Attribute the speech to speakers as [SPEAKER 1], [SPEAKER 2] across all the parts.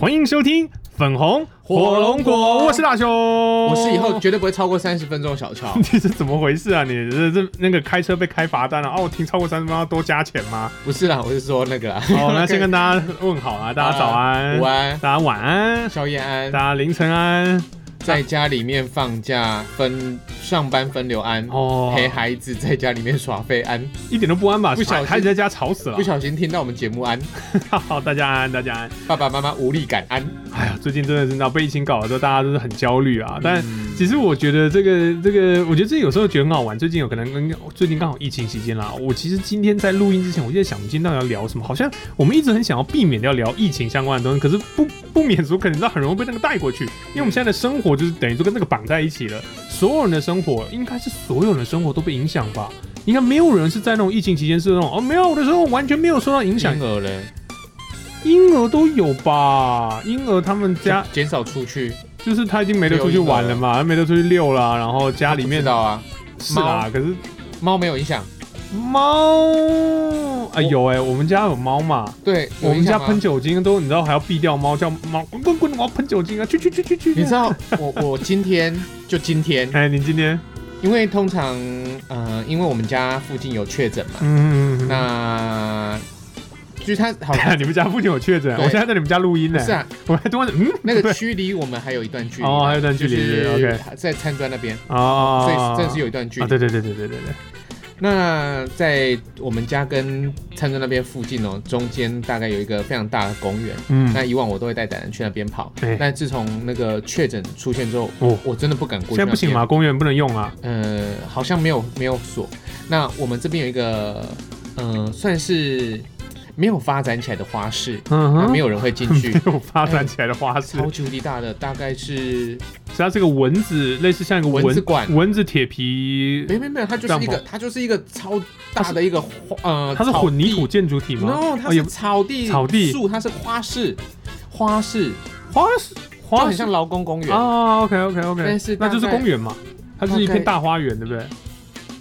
[SPEAKER 1] 欢迎收听粉红火龙果，我是大雄，我
[SPEAKER 2] 我是以后绝对不会超过三十分钟的小乔
[SPEAKER 1] ，你是怎么回事啊？你这这那个开车被开罚单了、啊？哦，停超过三十分钟要多加钱 吗？
[SPEAKER 2] 不是啦，我是说那个啦。
[SPEAKER 1] 好、 那先跟大家问好啊，大家早安，
[SPEAKER 2] 午安，
[SPEAKER 1] 大家晚安，
[SPEAKER 2] 宵夜安
[SPEAKER 1] 大，家凌晨安。
[SPEAKER 2] 在家里面放假分上班分流安，
[SPEAKER 1] 哦，
[SPEAKER 2] 陪孩子在家里面耍废安，
[SPEAKER 1] 一点都不安吧？
[SPEAKER 2] 不小心
[SPEAKER 1] 孩子在家吵死了
[SPEAKER 2] 不。小心听到我们节目安，
[SPEAKER 1] 好，大家安，大家安。
[SPEAKER 2] 爸爸妈妈无力感安。
[SPEAKER 1] 哎呀，最近真的是，你知道被疫情搞的时候，大家都是很焦虑啊。但
[SPEAKER 2] 嗯
[SPEAKER 1] 其实我觉得这个这个，我觉得这有时候觉得很好玩。最近有可能跟最近刚好疫情期间啦，我其实今天在录音之前，我就在想我们今天到底要聊什么。好像我们一直很想要避免掉聊疫情相关的东西，可是不不免俗，可能那很容易被那个带过去，因为
[SPEAKER 2] 嗯
[SPEAKER 1] 我们现在的生活就是等于说跟那个绑在一起了。所有人的生活，应该是所有人的生活都被影响吧。应该没有人是在那种疫情期间是那种哦，没有我的生活完全没有受到影响
[SPEAKER 2] 婴，儿嘞，
[SPEAKER 1] 婴儿都有吧？婴儿他们 家
[SPEAKER 2] 减少出去，
[SPEAKER 1] 就是他已经没得出去玩了嘛，他没得出去遛啦，然后家里面
[SPEAKER 2] 知道啊，
[SPEAKER 1] 是啦，可是
[SPEAKER 2] 猫没有影响，
[SPEAKER 1] 猫啊、有哎、我们家有猫嘛，
[SPEAKER 2] 对，
[SPEAKER 1] 我
[SPEAKER 2] 有
[SPEAKER 1] 们
[SPEAKER 2] 影
[SPEAKER 1] 家
[SPEAKER 2] 响吗
[SPEAKER 1] 喷。酒精都你知道还要避掉猫，叫猫滚滚滚，我要喷酒精啊，去去去去去，
[SPEAKER 2] 你知道我我今天就今天，
[SPEAKER 1] 哎、你今天
[SPEAKER 2] 因为通常呃，因为我们家附近有确诊嘛，
[SPEAKER 1] 嗯，
[SPEAKER 2] 那据他 好
[SPEAKER 1] 等一下你们家附近有确诊，啊
[SPEAKER 2] 对
[SPEAKER 1] 我现在在你们家录音呢、
[SPEAKER 2] 是啊，
[SPEAKER 1] 我还突然嗯，
[SPEAKER 2] 那个
[SPEAKER 1] 对
[SPEAKER 2] 区离我们还有一段距离
[SPEAKER 1] 哦还有一段距离
[SPEAKER 2] 就是
[SPEAKER 1] 对，OK
[SPEAKER 2] 还在餐桌那边，
[SPEAKER 1] 啊，
[SPEAKER 2] 所以真的是有一段距
[SPEAKER 1] 啊，
[SPEAKER 2] 离。
[SPEAKER 1] 对对对对对对对，
[SPEAKER 2] 那在我们家跟餐桌那边附近哦，中间大概有一个非常大的公园。
[SPEAKER 1] 嗯，
[SPEAKER 2] 那以往我都会带胆人去那边跑
[SPEAKER 1] 对，
[SPEAKER 2] 但自从那个确诊出现之后，
[SPEAKER 1] 哦
[SPEAKER 2] 我我真的不敢过去。
[SPEAKER 1] 现在不行吗？？公园不能用啊，
[SPEAKER 2] 呃，好像没有没有锁。那我们这边有一个，呃，算是没有发展起来的花市，
[SPEAKER 1] 嗯
[SPEAKER 2] 那
[SPEAKER 1] 哼，
[SPEAKER 2] 啊没
[SPEAKER 1] 有
[SPEAKER 2] 有人哎会进去
[SPEAKER 1] 没，有发展起来的花式，
[SPEAKER 2] 超级无敌大的，大概是
[SPEAKER 1] 所以它是个蚊子，类似像一个蚊
[SPEAKER 2] 蚊子哎馆
[SPEAKER 1] 蚊子铁皮
[SPEAKER 2] 没，有没有没有，它就是
[SPEAKER 1] 帐
[SPEAKER 2] 一个
[SPEAKER 1] 篷
[SPEAKER 2] 它就是一个超大的一个花呃，
[SPEAKER 1] 它是混凝土
[SPEAKER 2] 草
[SPEAKER 1] 建筑体
[SPEAKER 2] 地
[SPEAKER 1] 吗？
[SPEAKER 2] ，no，它
[SPEAKER 1] 哦也
[SPEAKER 2] 是草地
[SPEAKER 1] 草地
[SPEAKER 2] 树，它是花市花市，
[SPEAKER 1] 花市
[SPEAKER 2] 就
[SPEAKER 1] 花
[SPEAKER 2] 很
[SPEAKER 1] 市
[SPEAKER 2] 像劳工公园，
[SPEAKER 1] 啊，OK OK OK，
[SPEAKER 2] 但是
[SPEAKER 1] 那
[SPEAKER 2] 大
[SPEAKER 1] 就是
[SPEAKER 2] 概
[SPEAKER 1] 公园嘛，它就是一
[SPEAKER 2] 大
[SPEAKER 1] 片
[SPEAKER 2] 概
[SPEAKER 1] 大花园，对不对？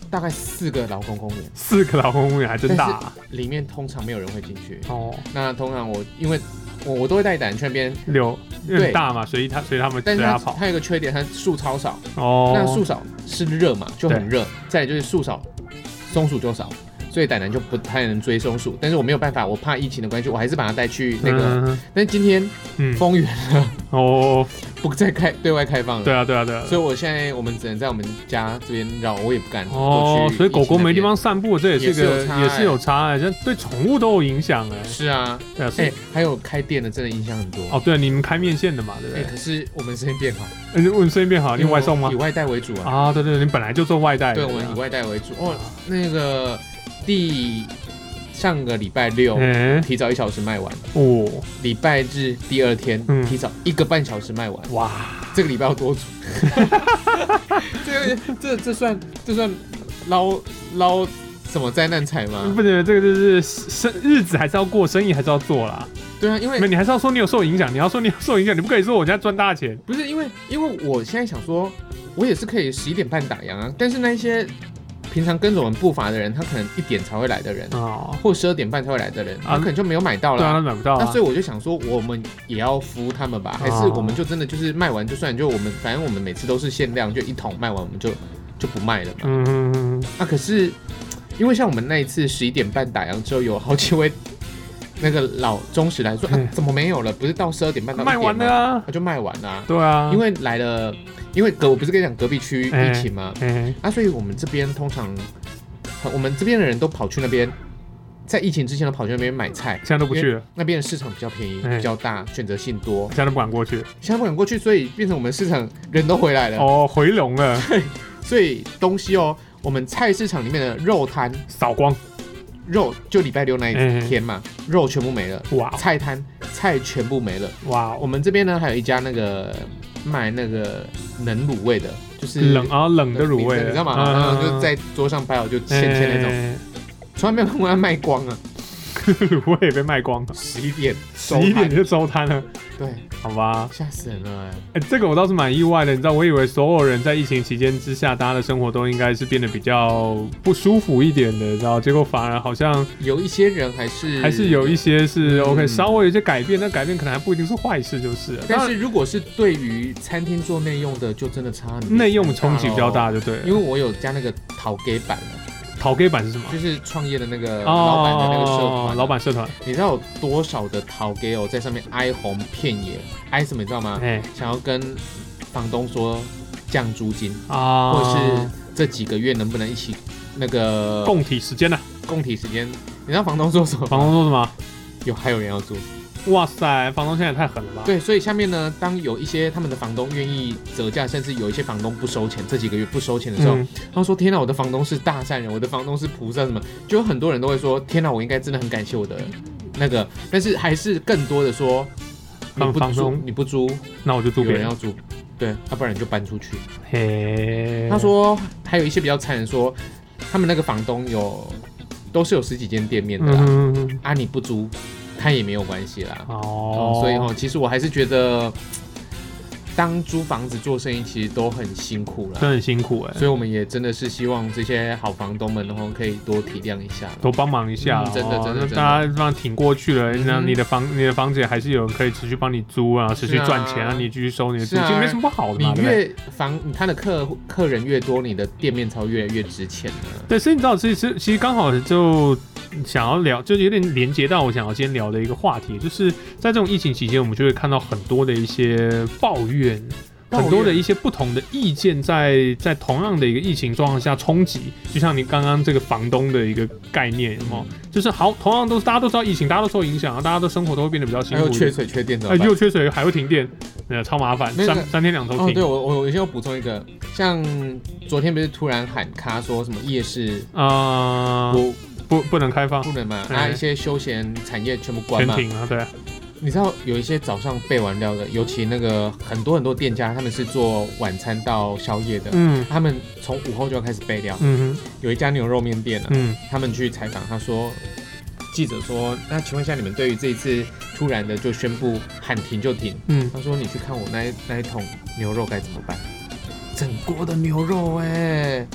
[SPEAKER 2] 大概四个劳工公园，
[SPEAKER 1] 四个老公园还真大啊
[SPEAKER 2] 里面通常没有人会进去。
[SPEAKER 1] 哦，
[SPEAKER 2] 那通常我因为我我都会带胆去那边，
[SPEAKER 1] 柳因为
[SPEAKER 2] 对
[SPEAKER 1] 很大嘛，随意它随它们
[SPEAKER 2] 但
[SPEAKER 1] 随
[SPEAKER 2] 是
[SPEAKER 1] 它
[SPEAKER 2] 它
[SPEAKER 1] 跑
[SPEAKER 2] 它有一个缺点，它树超少，那
[SPEAKER 1] 哦
[SPEAKER 2] 树，少是热嘛，就很热，再来就是树少，松鼠就少。所以胆男就不太能追松鼠，但是我没有办法，我怕疫情的关系，我还是把它带去那个。
[SPEAKER 1] 嗯
[SPEAKER 2] 但今天
[SPEAKER 1] 嗯
[SPEAKER 2] 风雨
[SPEAKER 1] 哦，
[SPEAKER 2] 不再开对外开放了。
[SPEAKER 1] 对啊对啊对啊，
[SPEAKER 2] 所以我现在我们只能在我们家这边绕，我也不敢过
[SPEAKER 1] 哦
[SPEAKER 2] 去。，
[SPEAKER 1] 所以狗狗没地。方散步，这也是
[SPEAKER 2] 也是有
[SPEAKER 1] 个
[SPEAKER 2] 差
[SPEAKER 1] 也是
[SPEAKER 2] 欸
[SPEAKER 1] 有差欸，这对宠物都有影响哎，
[SPEAKER 2] 是啊，
[SPEAKER 1] 对啊，所
[SPEAKER 2] 哎、
[SPEAKER 1] 以
[SPEAKER 2] 还有开店的真的影响很多。
[SPEAKER 1] 哦对，你们开面线的嘛，对不
[SPEAKER 2] 哎、
[SPEAKER 1] 对？
[SPEAKER 2] 可是我们生意变好，
[SPEAKER 1] 嗯，问生意变好，你有外送吗
[SPEAKER 2] 以？外带为主啊。
[SPEAKER 1] 啊，对对，对你本来就做外带的，
[SPEAKER 2] 对，我们以外带为主。哦，那个第上个礼拜六、
[SPEAKER 1] 哎，
[SPEAKER 2] 提早一小时卖完，
[SPEAKER 1] 哦，
[SPEAKER 2] 礼拜日第二天、
[SPEAKER 1] 嗯
[SPEAKER 2] 提早一个半小时卖完。
[SPEAKER 1] 哇，
[SPEAKER 2] 这个礼拜 要多煮。这这这算这算捞捞什么灾难财吗？
[SPEAKER 1] 不对，这个就是生日子还是要过，生意还是要做啦。
[SPEAKER 2] 对啊，因为
[SPEAKER 1] 没，你还是要说你有受影响，你要说你有受影响，你不可以说我现在赚大钱。
[SPEAKER 2] 不是因为，因为我现在想说，我也是可以十一点半打烊啊，但是那一些平常跟着我们步伐的人，他可能一点才会来的人，
[SPEAKER 1] 哦，
[SPEAKER 2] 或十二点半才会来的人，
[SPEAKER 1] 啊
[SPEAKER 2] 他可能就没有买到
[SPEAKER 1] 对啊，那
[SPEAKER 2] 啦。
[SPEAKER 1] 买不到
[SPEAKER 2] 那
[SPEAKER 1] 啊
[SPEAKER 2] 所以。我就想说，我们也要服务他们吧，还是
[SPEAKER 1] 哦
[SPEAKER 2] 我们就真的就是卖完就算，就我们反正我们每次都是限量，就一桶卖完我们就就不卖了嘛。
[SPEAKER 1] 嗯嗯，嗯
[SPEAKER 2] 啊，可是因为像我们那一次十一点半打烊之后，有好几位那个老忠实来说，
[SPEAKER 1] 嗯
[SPEAKER 2] 啊、怎么没有了？不是到十二点半到
[SPEAKER 1] 嗯卖完了
[SPEAKER 2] 了，
[SPEAKER 1] 啊，
[SPEAKER 2] 他就卖完了啊、
[SPEAKER 1] 对啊，
[SPEAKER 2] 因为来了，因为隔我不是跟你讲隔壁区
[SPEAKER 1] 哎
[SPEAKER 2] 疫情吗？
[SPEAKER 1] 哎，
[SPEAKER 2] 啊，所以我们这边通常，我们这边的人都跑去那边，在疫情之前都跑去那边买菜，
[SPEAKER 1] 现在都不去了，
[SPEAKER 2] 那边的市场比较便宜，
[SPEAKER 1] 哎
[SPEAKER 2] 比较大，选择性多。
[SPEAKER 1] 现在都不敢过去。
[SPEAKER 2] 现在不敢过去，所以变成我们市场人都回来了，
[SPEAKER 1] 哦，回笼了，
[SPEAKER 2] 所以东西哦，我们菜市场里面的肉摊
[SPEAKER 1] 扫光，
[SPEAKER 2] 肉就礼拜六那
[SPEAKER 1] 哎
[SPEAKER 2] 一天嘛，肉全部没了，
[SPEAKER 1] 哇
[SPEAKER 2] 菜摊菜全部没了。
[SPEAKER 1] 哇，
[SPEAKER 2] 我
[SPEAKER 1] 我
[SPEAKER 2] 们这边呢还有一家那个卖那个冷卤味的，就是
[SPEAKER 1] 冷啊冷的卤味，
[SPEAKER 2] 你知道吗？
[SPEAKER 1] 嗯
[SPEAKER 2] 然后就在桌上摆好，就芊芊那种，
[SPEAKER 1] 哎
[SPEAKER 2] 从来没有看过他卖光啊，
[SPEAKER 1] 卤味也被卖光了，
[SPEAKER 2] 十一点
[SPEAKER 1] 十
[SPEAKER 2] 收
[SPEAKER 1] 一点
[SPEAKER 2] 摊，
[SPEAKER 1] 就收摊了，
[SPEAKER 2] 对，
[SPEAKER 1] 好吧？
[SPEAKER 2] 吓死人了、欸。
[SPEAKER 1] 哎、这个我倒是蛮意外的，你知道，我以为所有人在疫情期间之下，大家的生活都应该是变得比较不舒服一点的，然后结果反而好像
[SPEAKER 2] 有一些人还是
[SPEAKER 1] 还是有一，些是 OK，、
[SPEAKER 2] 嗯
[SPEAKER 1] 稍微有一些改变，但改变可能还不一定是坏事，就是了。
[SPEAKER 2] 但是如果是对于餐厅做内用的，就真的差很
[SPEAKER 1] 当然内用冲击比较
[SPEAKER 2] 很
[SPEAKER 1] 大，
[SPEAKER 2] 咯。
[SPEAKER 1] 就对了。
[SPEAKER 2] 因为我有加那个淘给版的，
[SPEAKER 1] 陶 K 版是什么？
[SPEAKER 2] 就是创业的那个
[SPEAKER 1] 哦
[SPEAKER 2] 老板的那个社团、啊
[SPEAKER 1] 哦老板社团，
[SPEAKER 2] 你知道有多少的淘给哦在上面哀鸿遍野，哀什么你知道吗？
[SPEAKER 1] 哎
[SPEAKER 2] 想要跟房东说降租金，
[SPEAKER 1] 啊，
[SPEAKER 2] 或者是这几个月能不能一起那个
[SPEAKER 1] 供体时间呢、
[SPEAKER 2] 供体时间？你知道房东说什么吗？
[SPEAKER 1] 房东说什么？
[SPEAKER 2] 有还有人要租，
[SPEAKER 1] 哇塞，房东现在也太狠了吧？，
[SPEAKER 2] 对，所以下面呢，当有一些他们的房东愿意折价，甚至有一些房东不收钱，这几个月不收钱的时候，
[SPEAKER 1] 嗯，
[SPEAKER 2] 他说：“天哪，我的房东是大善人，我的房东是菩萨，什么？”就有很多人都会说：“天哪，我应该真的很感谢我的那个。”但是还是更多的说，你
[SPEAKER 1] 放
[SPEAKER 2] 不
[SPEAKER 1] 房
[SPEAKER 2] 租
[SPEAKER 1] 东，
[SPEAKER 2] 你不租，
[SPEAKER 1] 那我就租
[SPEAKER 2] 有
[SPEAKER 1] 别
[SPEAKER 2] 人
[SPEAKER 1] 人
[SPEAKER 2] 要。租，对，要、不然你就搬出去。
[SPEAKER 1] 嘿，
[SPEAKER 2] 他说还有一些比较残忍说，他们那个房东有都是有十几间店面的啦，
[SPEAKER 1] 嗯，嗯，嗯
[SPEAKER 2] 啊你不租，他也没有关系啦。
[SPEAKER 1] 哦
[SPEAKER 2] 哦，，所以哦，其实我还是觉得，当租房子做生意其实都很辛苦
[SPEAKER 1] 真的
[SPEAKER 2] 啦。
[SPEAKER 1] 很辛苦哎、
[SPEAKER 2] 所以我们也真的是希望这些好房东们，然后可以多体谅一下啦。
[SPEAKER 1] 都帮忙一下、
[SPEAKER 2] 嗯真的
[SPEAKER 1] 哦
[SPEAKER 2] 真的
[SPEAKER 1] 那
[SPEAKER 2] 真的
[SPEAKER 1] 大家帮挺过去了，
[SPEAKER 2] 嗯哼
[SPEAKER 1] 那、你的房你的房子也还是有人可以持续帮你租啊，持续赚钱啊，
[SPEAKER 2] 是啊
[SPEAKER 1] 你继续收你的租
[SPEAKER 2] 是啊
[SPEAKER 1] 金，没什么不好的
[SPEAKER 2] 你
[SPEAKER 1] 嘛，对不对？
[SPEAKER 2] 越房，你他的客户客人越多，你的店面才会越来越值钱呢。
[SPEAKER 1] 对，所以你知道，其实其实刚好就想要聊，就有点连接到我想要今天聊的一个话题，就是在这种疫情期间，我们就会看到很多的一些抱怨，
[SPEAKER 2] 抱怨
[SPEAKER 1] 很多的一些不同的意见在在同样的一个疫情状况下冲击，就像你刚刚这个房东的一个概念，有没
[SPEAKER 2] 嗯
[SPEAKER 1] 有？就是好，同样都是大家都知道疫情，大家都受影响，大家都生活都会变得比较辛
[SPEAKER 2] 还
[SPEAKER 1] 苦
[SPEAKER 2] 有
[SPEAKER 1] 一
[SPEAKER 2] 缺
[SPEAKER 1] 点，
[SPEAKER 2] 水缺电怎
[SPEAKER 1] 哎，
[SPEAKER 2] 么办
[SPEAKER 1] 又？缺水，还会停电，呃，超麻烦，
[SPEAKER 2] 那个
[SPEAKER 1] 三三天两头
[SPEAKER 2] 哦，对
[SPEAKER 1] 停。
[SPEAKER 2] 我我我先要补充一个，像昨天不是突然喊卡说什么夜市
[SPEAKER 1] 啊、
[SPEAKER 2] 不
[SPEAKER 1] 不不能开放，
[SPEAKER 2] 不能嘛，
[SPEAKER 1] 嗯
[SPEAKER 2] 啊一些休闲产业全部关
[SPEAKER 1] 全
[SPEAKER 2] 嘛。
[SPEAKER 1] 停啊，对啊，
[SPEAKER 2] 你知道有一些早上备完料的，尤其那个很多很多店家他们是做晚餐到宵夜的，
[SPEAKER 1] 嗯
[SPEAKER 2] 他们从午后就要开始备料。
[SPEAKER 1] 嗯
[SPEAKER 2] 有一家牛肉面店啊，
[SPEAKER 1] 嗯。
[SPEAKER 2] 他们去采访，他说。记者说：“那请问一下，你们对于这一次突然的就宣布喊停就停？”
[SPEAKER 1] 嗯，
[SPEAKER 2] 他说：“你去看我那一那一桶牛肉该怎么办？整锅的牛肉哎、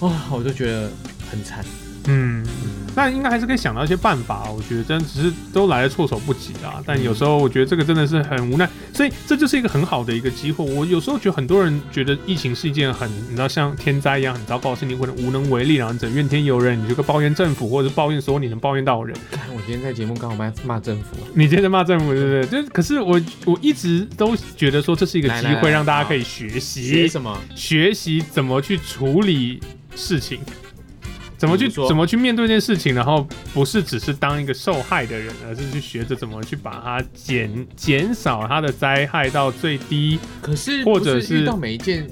[SPEAKER 2] 哇、我就觉得很惨。
[SPEAKER 1] 嗯，
[SPEAKER 2] 嗯，
[SPEAKER 1] 那应该还是可以想到一些办法，我觉得真只是都来的措手不及啊。但有时候我觉得这个真的是很无奈，所以这就是一个很好的一个机会。我有时候觉得很多人觉得疫情是一件很，你知道像天灾一样很糟糕的事，你可能无能为力，然后你整怨天尤人，你就抱怨政府或者是抱怨所有你能抱怨到的人。
[SPEAKER 2] 看我今天在节目刚好骂骂政府，
[SPEAKER 1] 你接着骂政府，对不对？就是可是我我一直都觉得说这是一个
[SPEAKER 2] 来
[SPEAKER 1] 机
[SPEAKER 2] 来
[SPEAKER 1] 会，
[SPEAKER 2] 来
[SPEAKER 1] 让大家
[SPEAKER 2] 好
[SPEAKER 1] 可以学习
[SPEAKER 2] 学什么？
[SPEAKER 1] 学习怎么去处理事情，怎么去
[SPEAKER 2] 比如说
[SPEAKER 1] 怎么去面对这件事情，然后不是只是当一个受害的人，而是去学着怎么去把它减减少它的灾害到最低。
[SPEAKER 2] 可是
[SPEAKER 1] 或者
[SPEAKER 2] 不
[SPEAKER 1] 是
[SPEAKER 2] 遇到每一件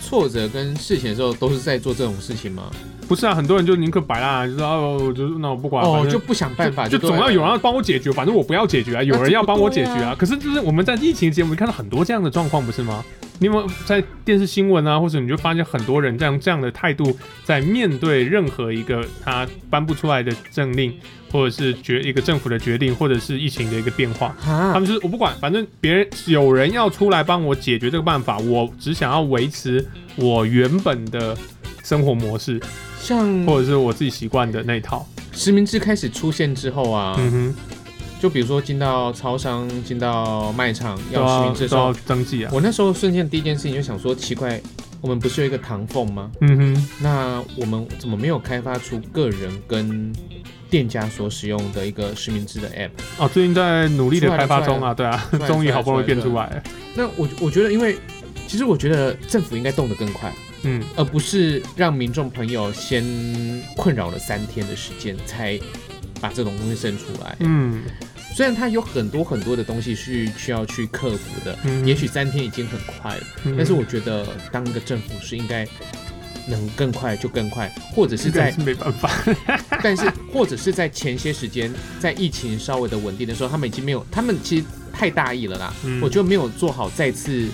[SPEAKER 2] 挫折跟事情的时候，都是在做这种事情吗？
[SPEAKER 1] 不是啊，很多人就宁可白啦，就说哦，我就那我不管，
[SPEAKER 2] 哦
[SPEAKER 1] 反，正
[SPEAKER 2] 就不想办法
[SPEAKER 1] 就
[SPEAKER 2] 对
[SPEAKER 1] 总
[SPEAKER 2] 了
[SPEAKER 1] 要有人要啊帮我解决，反正我不要解决啊，有人要帮我解决
[SPEAKER 2] 这不对
[SPEAKER 1] 啊
[SPEAKER 2] 啊。
[SPEAKER 1] 可是就是我们在疫情节目看到很多这样的状况，不是吗？你有没有在电视新闻啊，或者你就发现很多人这样这样的态度，在面对任何一个他颁布出来的政令，或者是决一个政府的决定，或者是疫情的一个变化，他
[SPEAKER 2] 啊
[SPEAKER 1] 们。就是我不管，反正别人有人要出来帮我解决这个办法，我只想要维持我原本的生活模式，
[SPEAKER 2] 像
[SPEAKER 1] 或者是我自己习惯的那一套。
[SPEAKER 2] 实名制开始出现之后啊，
[SPEAKER 1] 嗯哼，
[SPEAKER 2] 就比如说进到超商、进到卖场
[SPEAKER 1] 都
[SPEAKER 2] 要实
[SPEAKER 1] 要
[SPEAKER 2] 名制的时
[SPEAKER 1] 都
[SPEAKER 2] 候
[SPEAKER 1] 要，登记啊。
[SPEAKER 2] 我那时候瞬间第一件事情就想说，奇怪，我们不是有一个唐凤吗？
[SPEAKER 1] 嗯哼。
[SPEAKER 2] 那我们怎么没有开发出个人跟店家所使用的一个实名制的 app？
[SPEAKER 1] 哦，最近在努力的开发中啊，对啊
[SPEAKER 2] 出来，了
[SPEAKER 1] 终于好不容易变出来了。
[SPEAKER 2] 那我我觉得，因为其实我觉得政府应该动得更快，
[SPEAKER 1] 嗯，
[SPEAKER 2] 而不是让民众朋友先困扰了三天的时间才把这种东西生出来。
[SPEAKER 1] 嗯，
[SPEAKER 2] 虽然它有很多很多的东西是需要去克服的，
[SPEAKER 1] 嗯
[SPEAKER 2] 也许三天已经很快了，
[SPEAKER 1] 嗯
[SPEAKER 2] 但是我觉得当一个政府是应该能更快就更快，或者是
[SPEAKER 1] 这个
[SPEAKER 2] 在
[SPEAKER 1] 是没办法，
[SPEAKER 2] 但是或者是在前些时间，在疫情稍微的稳定的时候，他们已经没有，他们其实太大意了啦，
[SPEAKER 1] 嗯
[SPEAKER 2] 我觉得没有做好再次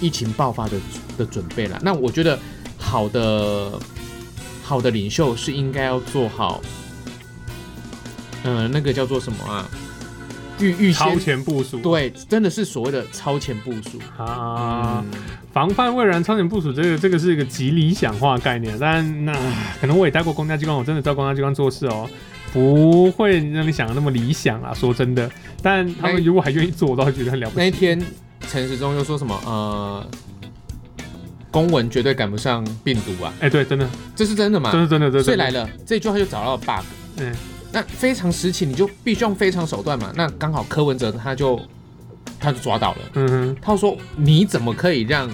[SPEAKER 2] 疫情爆发的的准备啦。那我觉得好的好的领袖呃是应该要做好，嗯、那个叫做什么啊？预预
[SPEAKER 1] 超
[SPEAKER 2] 先
[SPEAKER 1] 前部署，
[SPEAKER 2] 对，真的是所谓的超前部署
[SPEAKER 1] 啊。
[SPEAKER 2] 啊。
[SPEAKER 1] 防范未然、超前部署，这个这个是一个极理想化概念，但那可能我也待过公家机关，我真的在公家机关做事哦，不会让你想的那么理想啊。说真的，但他们如果还愿意做，我倒是觉得很了不
[SPEAKER 2] 那一
[SPEAKER 1] 起。
[SPEAKER 2] 天，陈时中又说什么？呃，公文绝对赶不上病毒啊，
[SPEAKER 1] 哎、对，真的，
[SPEAKER 2] 这啊是真的
[SPEAKER 1] 真
[SPEAKER 2] 嘛？
[SPEAKER 1] 的，真的，真的，
[SPEAKER 2] 所以来了这句话就找到了 bug。
[SPEAKER 1] 嗯，
[SPEAKER 2] 那非常时期你就必须用非常手段嘛。那刚好柯文哲他就他就抓到了，
[SPEAKER 1] 嗯哼，
[SPEAKER 2] 他说你怎么可以让？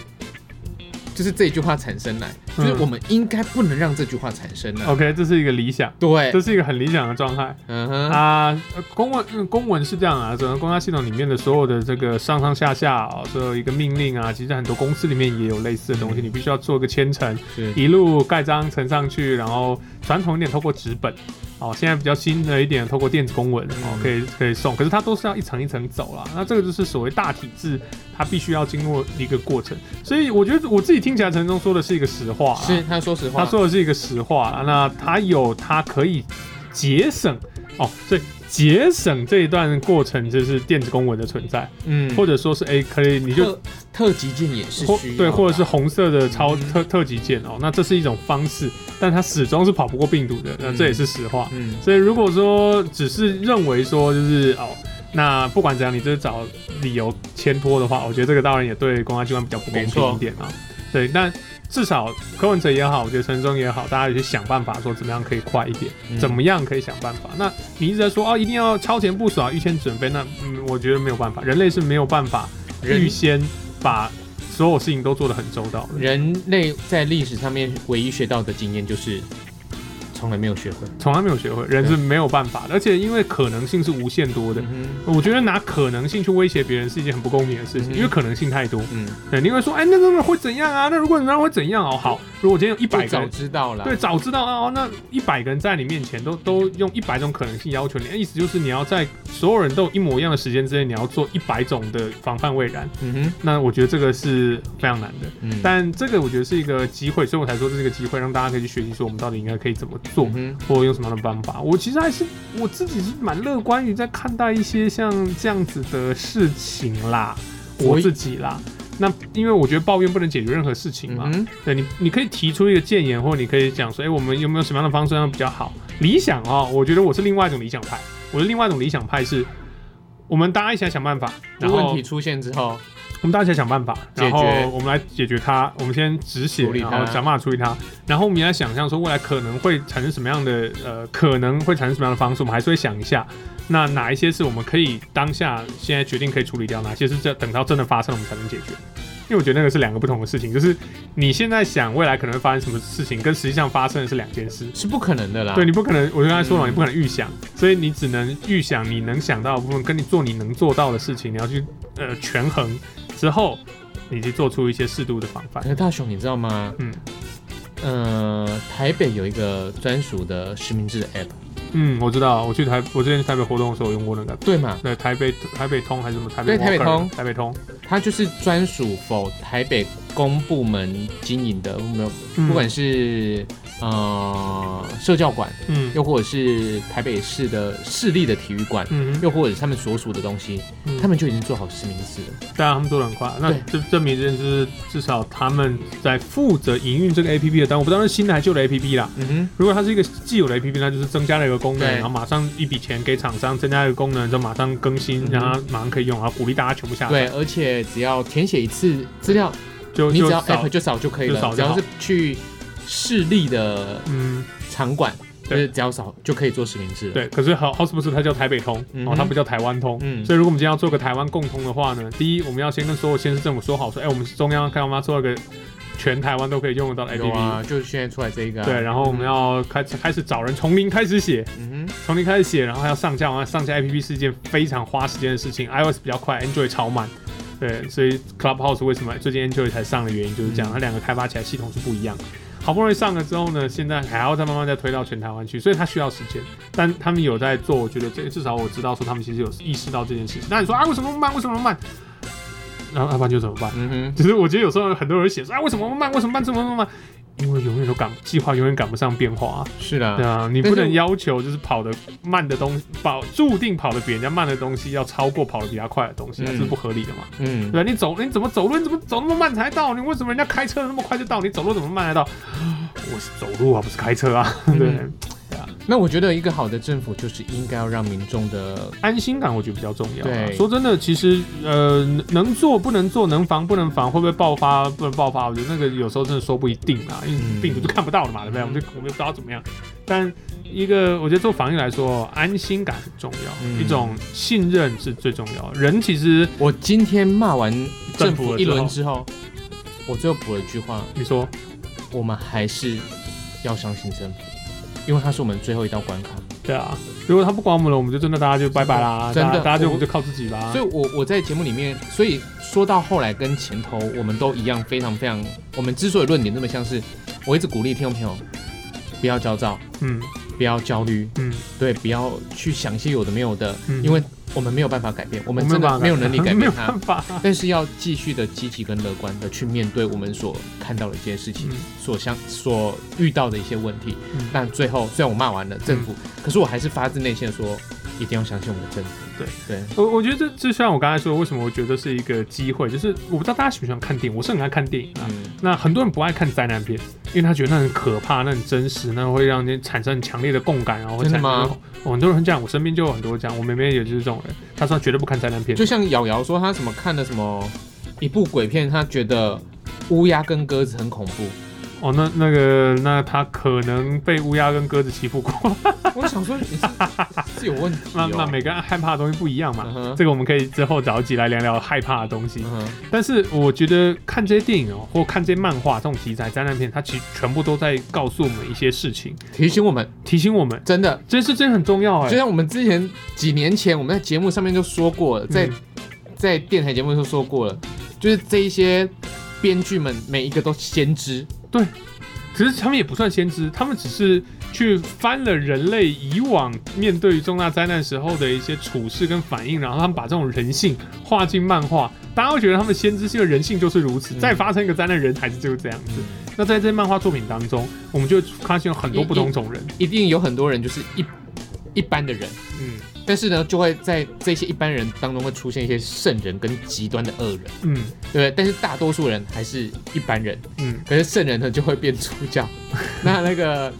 [SPEAKER 2] 就是这句话产生来，就是
[SPEAKER 1] 嗯
[SPEAKER 2] 我们应该不能让这句话产生来。
[SPEAKER 1] ，OK，这是一个理想，
[SPEAKER 2] 对
[SPEAKER 1] 这，是一个很理想的状态
[SPEAKER 2] 嗯哼，
[SPEAKER 1] 啊。呃公文、嗯公文是这样啊，整个公家系统里面的所有的这个上上下下、哦，所有一个命令啊，其实很多公司里面也有类似的东西，你必须要做个签呈。
[SPEAKER 2] 是
[SPEAKER 1] 一路盖章呈上去，然后传统一点透过纸本，哦，现在比较新的一点透过电子公文，哦，
[SPEAKER 2] 嗯
[SPEAKER 1] 可以可以送，可是它都是要一层一层走啦。那这个就是所谓大体制，它必须要经过一个过程。所以我觉得我自己听起来陈忠说的是一个实话啦，
[SPEAKER 2] 是，他说实话，
[SPEAKER 1] 啊他说的是一个实话啦。那他有他可以节省哦，所以节省这一段过程就是电子公文的存在，
[SPEAKER 2] 嗯，
[SPEAKER 1] 或者说是哎可以你就
[SPEAKER 2] 特特级件也是
[SPEAKER 1] 或
[SPEAKER 2] 需要
[SPEAKER 1] 对，或者是
[SPEAKER 2] 的
[SPEAKER 1] 红色的超
[SPEAKER 2] 嗯
[SPEAKER 1] 特特级键哦，那这是一种方式，但它始终是跑不过病毒的，那
[SPEAKER 2] 嗯
[SPEAKER 1] 这也是实话。
[SPEAKER 2] 嗯，
[SPEAKER 1] 所以如果说只是认为说就是哦，那不管怎样，你就是找理由牵拖的话，我觉得这个当然也对公安机关比较不公
[SPEAKER 2] 没
[SPEAKER 1] 平
[SPEAKER 2] 错
[SPEAKER 1] 一点啊。对，但至少柯文哲也好，我觉得陈忠也好，大家也去想办法说怎么样可以快一点，
[SPEAKER 2] 嗯
[SPEAKER 1] 怎么样可以想办法。那你一直在说哦，一定要超前部署啊，预先准备，那嗯，我觉得没有办法，人类是没有办法预
[SPEAKER 2] 人
[SPEAKER 1] 先把所有事情都做得很周到的，
[SPEAKER 2] 人类在历史上面唯一学到的经验就是从来没有学会
[SPEAKER 1] 从来没有学会，人是没有办法的，而且因为可能性是无限多的。
[SPEAKER 2] 嗯
[SPEAKER 1] 我觉得拿可能性去威胁别人是一件很不公平的事情，
[SPEAKER 2] 嗯
[SPEAKER 1] 因为可能性太多。
[SPEAKER 2] 嗯，
[SPEAKER 1] 对，你会说，哎，那那那会怎样啊？那如果你那样会怎样哦？好，如果今天有一
[SPEAKER 2] 我
[SPEAKER 1] 百个
[SPEAKER 2] 早
[SPEAKER 1] 人，
[SPEAKER 2] 知道了，
[SPEAKER 1] 对，，早知道哦，那一百个人在你面前都都用一百种可能性要求你，意思就是你要在所有人都有一模一样的时间之内，你要做一百种的防范未然。
[SPEAKER 2] 嗯哼，
[SPEAKER 1] 那我觉得这个是非常难的。
[SPEAKER 2] 嗯，
[SPEAKER 1] 但这个我觉得是一个机会，所以我才说这是一个机会，让大家可以去学习，说我们到底应该可以怎么做，
[SPEAKER 2] 嗯哼，
[SPEAKER 1] 或用什么样的办法。我其实还是我自己是蛮乐观于在看待一些像这样子的事情啦，
[SPEAKER 2] 我
[SPEAKER 1] 我自己啦。那因为我觉得抱怨不能解决任何事情嘛，
[SPEAKER 2] 嗯哼，
[SPEAKER 1] 对你，你可以提出一个建言，或者你可以讲说，哎、我们有没有什么样的方式让它比较好？理想哦，我觉得我是另外一种理想派，我的另外一种理想派是，我们大家一起来想办法，然
[SPEAKER 2] 如
[SPEAKER 1] 后
[SPEAKER 2] 问题出现之后，
[SPEAKER 1] 我们大家一起来想办法，
[SPEAKER 2] 解决
[SPEAKER 1] 然后我们来解决它。我们先止血
[SPEAKER 2] 处，理
[SPEAKER 1] 然
[SPEAKER 2] 它
[SPEAKER 1] 后想办法处理它。然后我们也来想象说未来可能会产生什么样的呃，可能会产生什么样的方式，我们还是会想一下。那哪一些是我们可以当下现在决定可以处理掉，哪些是这等到真的发生我们才能解决？因为我觉得那个是两个不同的事情，就是你现在想未来可能会发生什么事情，跟实际上发生的是两件事。
[SPEAKER 2] 是不可能的啦，
[SPEAKER 1] 对你不可能，我就刚才说了，
[SPEAKER 2] 嗯
[SPEAKER 1] 你不可能预想，所以你只能预想你能想到的部分，跟你做你能做到的事情，你要去呃权衡之后，你去做出一些适度的防范
[SPEAKER 2] 可。是大雄，你知道吗？
[SPEAKER 1] 嗯
[SPEAKER 2] 呃，台北有一个专属的实名制的 app，
[SPEAKER 1] 嗯，我知道，我去台，我之前去台北活动的时候我用过那个，
[SPEAKER 2] 对嘛？
[SPEAKER 1] 对台北台北通还是什么台北
[SPEAKER 2] 对台北
[SPEAKER 1] Walker，
[SPEAKER 2] 通
[SPEAKER 1] 台北通，
[SPEAKER 2] 它就是专属否台北公部门经营的，没有，
[SPEAKER 1] 嗯
[SPEAKER 2] 不管是呃社教馆，
[SPEAKER 1] 嗯
[SPEAKER 2] 又或者是台北市的市立的体育馆，
[SPEAKER 1] 嗯
[SPEAKER 2] 又或者是他们所属的东西，
[SPEAKER 1] 嗯，
[SPEAKER 2] 他们就已经做好实名制了。
[SPEAKER 1] 当然他们做的很快，那
[SPEAKER 2] 对
[SPEAKER 1] 这证明这件事至少他们在负责营运这个 A P P 的，但我不知道是新的还是旧的 A P P 啦，
[SPEAKER 2] 嗯
[SPEAKER 1] 如果它是一个既有的 APP，那就是增加了一个功能，
[SPEAKER 2] 对
[SPEAKER 1] 然后马上一笔钱给厂商，增加一个功能，就马上更新，
[SPEAKER 2] 嗯
[SPEAKER 1] 然后马上可以用，然后鼓励大家全部下
[SPEAKER 2] 对，
[SPEAKER 1] 载，
[SPEAKER 2] 而且只要填写一次资料，
[SPEAKER 1] 就
[SPEAKER 2] 你只
[SPEAKER 1] 就
[SPEAKER 2] 要
[SPEAKER 1] 少
[SPEAKER 2] app 就扫就可以
[SPEAKER 1] 就扫
[SPEAKER 2] 了。只
[SPEAKER 1] 就好
[SPEAKER 2] 要是去市立的
[SPEAKER 1] 嗯
[SPEAKER 2] 场馆，就
[SPEAKER 1] 对
[SPEAKER 2] 是只要扫就可以做实名制。，
[SPEAKER 1] 对。可是好好死不死，它叫台北通、
[SPEAKER 2] 嗯
[SPEAKER 1] 哦
[SPEAKER 2] 哼，
[SPEAKER 1] 它不叫台湾通。
[SPEAKER 2] 嗯
[SPEAKER 1] 所以，如果我们今天要做个台湾共通的话呢，第一，我们要先跟所有县市政府说好，说，哎、我们中央看我们要做一个全台湾都可以用得到的
[SPEAKER 2] 有
[SPEAKER 1] APP，、
[SPEAKER 2] 啊，就是现在出来这一个啊。
[SPEAKER 1] 对，然后我们要开始开始找人从零开始写，
[SPEAKER 2] 嗯哼，
[SPEAKER 1] 从零开始写，然后还要上架，完上架 APP 是一件非常花时间的事情，iOS 比较快，Android 超慢。对，所以 Clubhouse 为什么最近 Android 才上的原因就是这样，
[SPEAKER 2] 嗯
[SPEAKER 1] 它两个开发起来系统是不一样的。好不容易上了之后呢，现在还要再慢慢再推到全台湾去，所以它需要时间。但他们有在做，我觉得这至少我知道说他们其实有意识到这件事情。那你说啊，为什么慢？为什么慢？然后要不然就怎么办？
[SPEAKER 2] 嗯哼，
[SPEAKER 1] 啊只是我觉得有时候很多人会写说啊，为什么慢？为什么慢？怎么慢？因为永远都赶计划永远赶不上变化、啊，
[SPEAKER 2] 是啦
[SPEAKER 1] 对，啊，你
[SPEAKER 2] 但
[SPEAKER 1] 不
[SPEAKER 2] 是
[SPEAKER 1] 能
[SPEAKER 2] 我
[SPEAKER 1] 要求就是跑得慢的东西，跑注定跑得比人家慢的东西要超过跑得比他快的东西，
[SPEAKER 2] 嗯
[SPEAKER 1] 这是不合理的嘛？
[SPEAKER 2] 嗯，
[SPEAKER 1] 对啊，你走你怎么走路？你怎么走那么慢才到？你为什么人家开车那么快就到？你走路怎么慢才到？ 我是走路啊，不是开车啊，
[SPEAKER 2] 嗯
[SPEAKER 1] 对，
[SPEAKER 2] 那我觉得一个好的政府就是应该要让民众的，
[SPEAKER 1] 安心感我觉得比较重要啊。
[SPEAKER 2] 对
[SPEAKER 1] 说真的，其实呃，能能做不能做，能防不能防，会不会爆发不能爆发，我觉得那个有时候真的说不一定啊，因为
[SPEAKER 2] 嗯
[SPEAKER 1] 病毒就看不到了嘛，对不对？我们就我们就不知道怎么样。但一个我觉得做防疫来说，安心感很重要，
[SPEAKER 2] 嗯
[SPEAKER 1] 一种信任是最重要的。人其实
[SPEAKER 2] 我今天骂完政府一
[SPEAKER 1] 政
[SPEAKER 2] 轮
[SPEAKER 1] 府了
[SPEAKER 2] 之后，我最后补了一句话，
[SPEAKER 1] 你说
[SPEAKER 2] 我们还是要相信政府，因为它是我们最后一道关卡。
[SPEAKER 1] 对啊，如果他不管我们了，我们就真的大家就拜拜啦，
[SPEAKER 2] 真的
[SPEAKER 1] 大家大家就
[SPEAKER 2] 我
[SPEAKER 1] 我们就靠自己啦
[SPEAKER 2] 所。以我，我在节目里面，所以说到后来跟前头，我们都一样，非常非常，我们之所以论点这么像是，我一直鼓励听众朋友不要焦躁，
[SPEAKER 1] 嗯
[SPEAKER 2] 不要焦虑，
[SPEAKER 1] 嗯，
[SPEAKER 2] 对，不要去想一些有的没有的，
[SPEAKER 1] 嗯
[SPEAKER 2] 因为我们没有办法改变，我
[SPEAKER 1] 我
[SPEAKER 2] 们真的没有能力 改
[SPEAKER 1] 没有
[SPEAKER 2] 变它
[SPEAKER 1] 办。法。
[SPEAKER 2] 但是要继续的积极跟乐观的去面对我们所看到的一些事情，
[SPEAKER 1] 嗯
[SPEAKER 2] 所相所遇到的一些问题。
[SPEAKER 1] 嗯
[SPEAKER 2] 但最后虽然我骂完了政府，可是我还是发自内心的说，一定要相信我们的政府。
[SPEAKER 1] 对
[SPEAKER 2] 对，
[SPEAKER 1] 我我觉得这这像我刚才说，为什么我觉得是一个机会，就是我不知道大家喜不喜欢看电影，我是很爱看电影啊。
[SPEAKER 2] 嗯
[SPEAKER 1] 那很多人不爱看灾难片，因为他觉得那很可怕，那很真实，那会让人产生很强烈的共感，然后会
[SPEAKER 2] 真
[SPEAKER 1] 产
[SPEAKER 2] 的
[SPEAKER 1] 生
[SPEAKER 2] 吗
[SPEAKER 1] 哦很多人这样，我身边就有很多这样，我妹妹也就是这种人，她说她绝对不看灾难片，
[SPEAKER 2] 就像瑶瑶说，她什么看了什么一部鬼片，她觉得乌鸦跟鸽子很恐怖。
[SPEAKER 1] 哦，那那个那她可能被乌鸦跟鸽子欺负过，
[SPEAKER 2] 我想说你是是有问题、
[SPEAKER 1] 那
[SPEAKER 2] 哦。
[SPEAKER 1] 那每个人害怕的东西不一样嘛
[SPEAKER 2] 嗯。哼
[SPEAKER 1] 这个我们可以之后找一集来聊聊害怕的东西
[SPEAKER 2] 嗯。哼
[SPEAKER 1] 但是我觉得看这些电影哦，或看这些漫画这种题材灾难片，它其实全部都在告诉我们一些事情，
[SPEAKER 2] 提醒我们，
[SPEAKER 1] 提醒我们，
[SPEAKER 2] 真的，
[SPEAKER 1] 这是真的很重要哎、
[SPEAKER 2] 就像我们之前几年前我们在节目上面就说过了，在、
[SPEAKER 1] 嗯
[SPEAKER 2] 在电台节目就说过了，就是这一些编剧们每一个都先知，
[SPEAKER 1] 可是他们也不算先知，他们只是去翻了人类以往面对于重大灾难时候的一些处事跟反应，然后他们把这种人性画进漫画，大家会觉得他们先知是因为人性就是如此，
[SPEAKER 2] 嗯
[SPEAKER 1] 再发生一个灾难，人还是就是这样子。那在这些漫画作品当中，我们就会发现有很多不同种人，
[SPEAKER 2] 一定有很多人就是一一般的人，
[SPEAKER 1] 嗯
[SPEAKER 2] 但是呢，就会在这些一般人当中会出现一些圣人跟极端的恶人，
[SPEAKER 1] 嗯
[SPEAKER 2] 对不对？但是大多数人还是一般人，
[SPEAKER 1] 嗯，
[SPEAKER 2] 可是圣人呢就会变主角， 那那个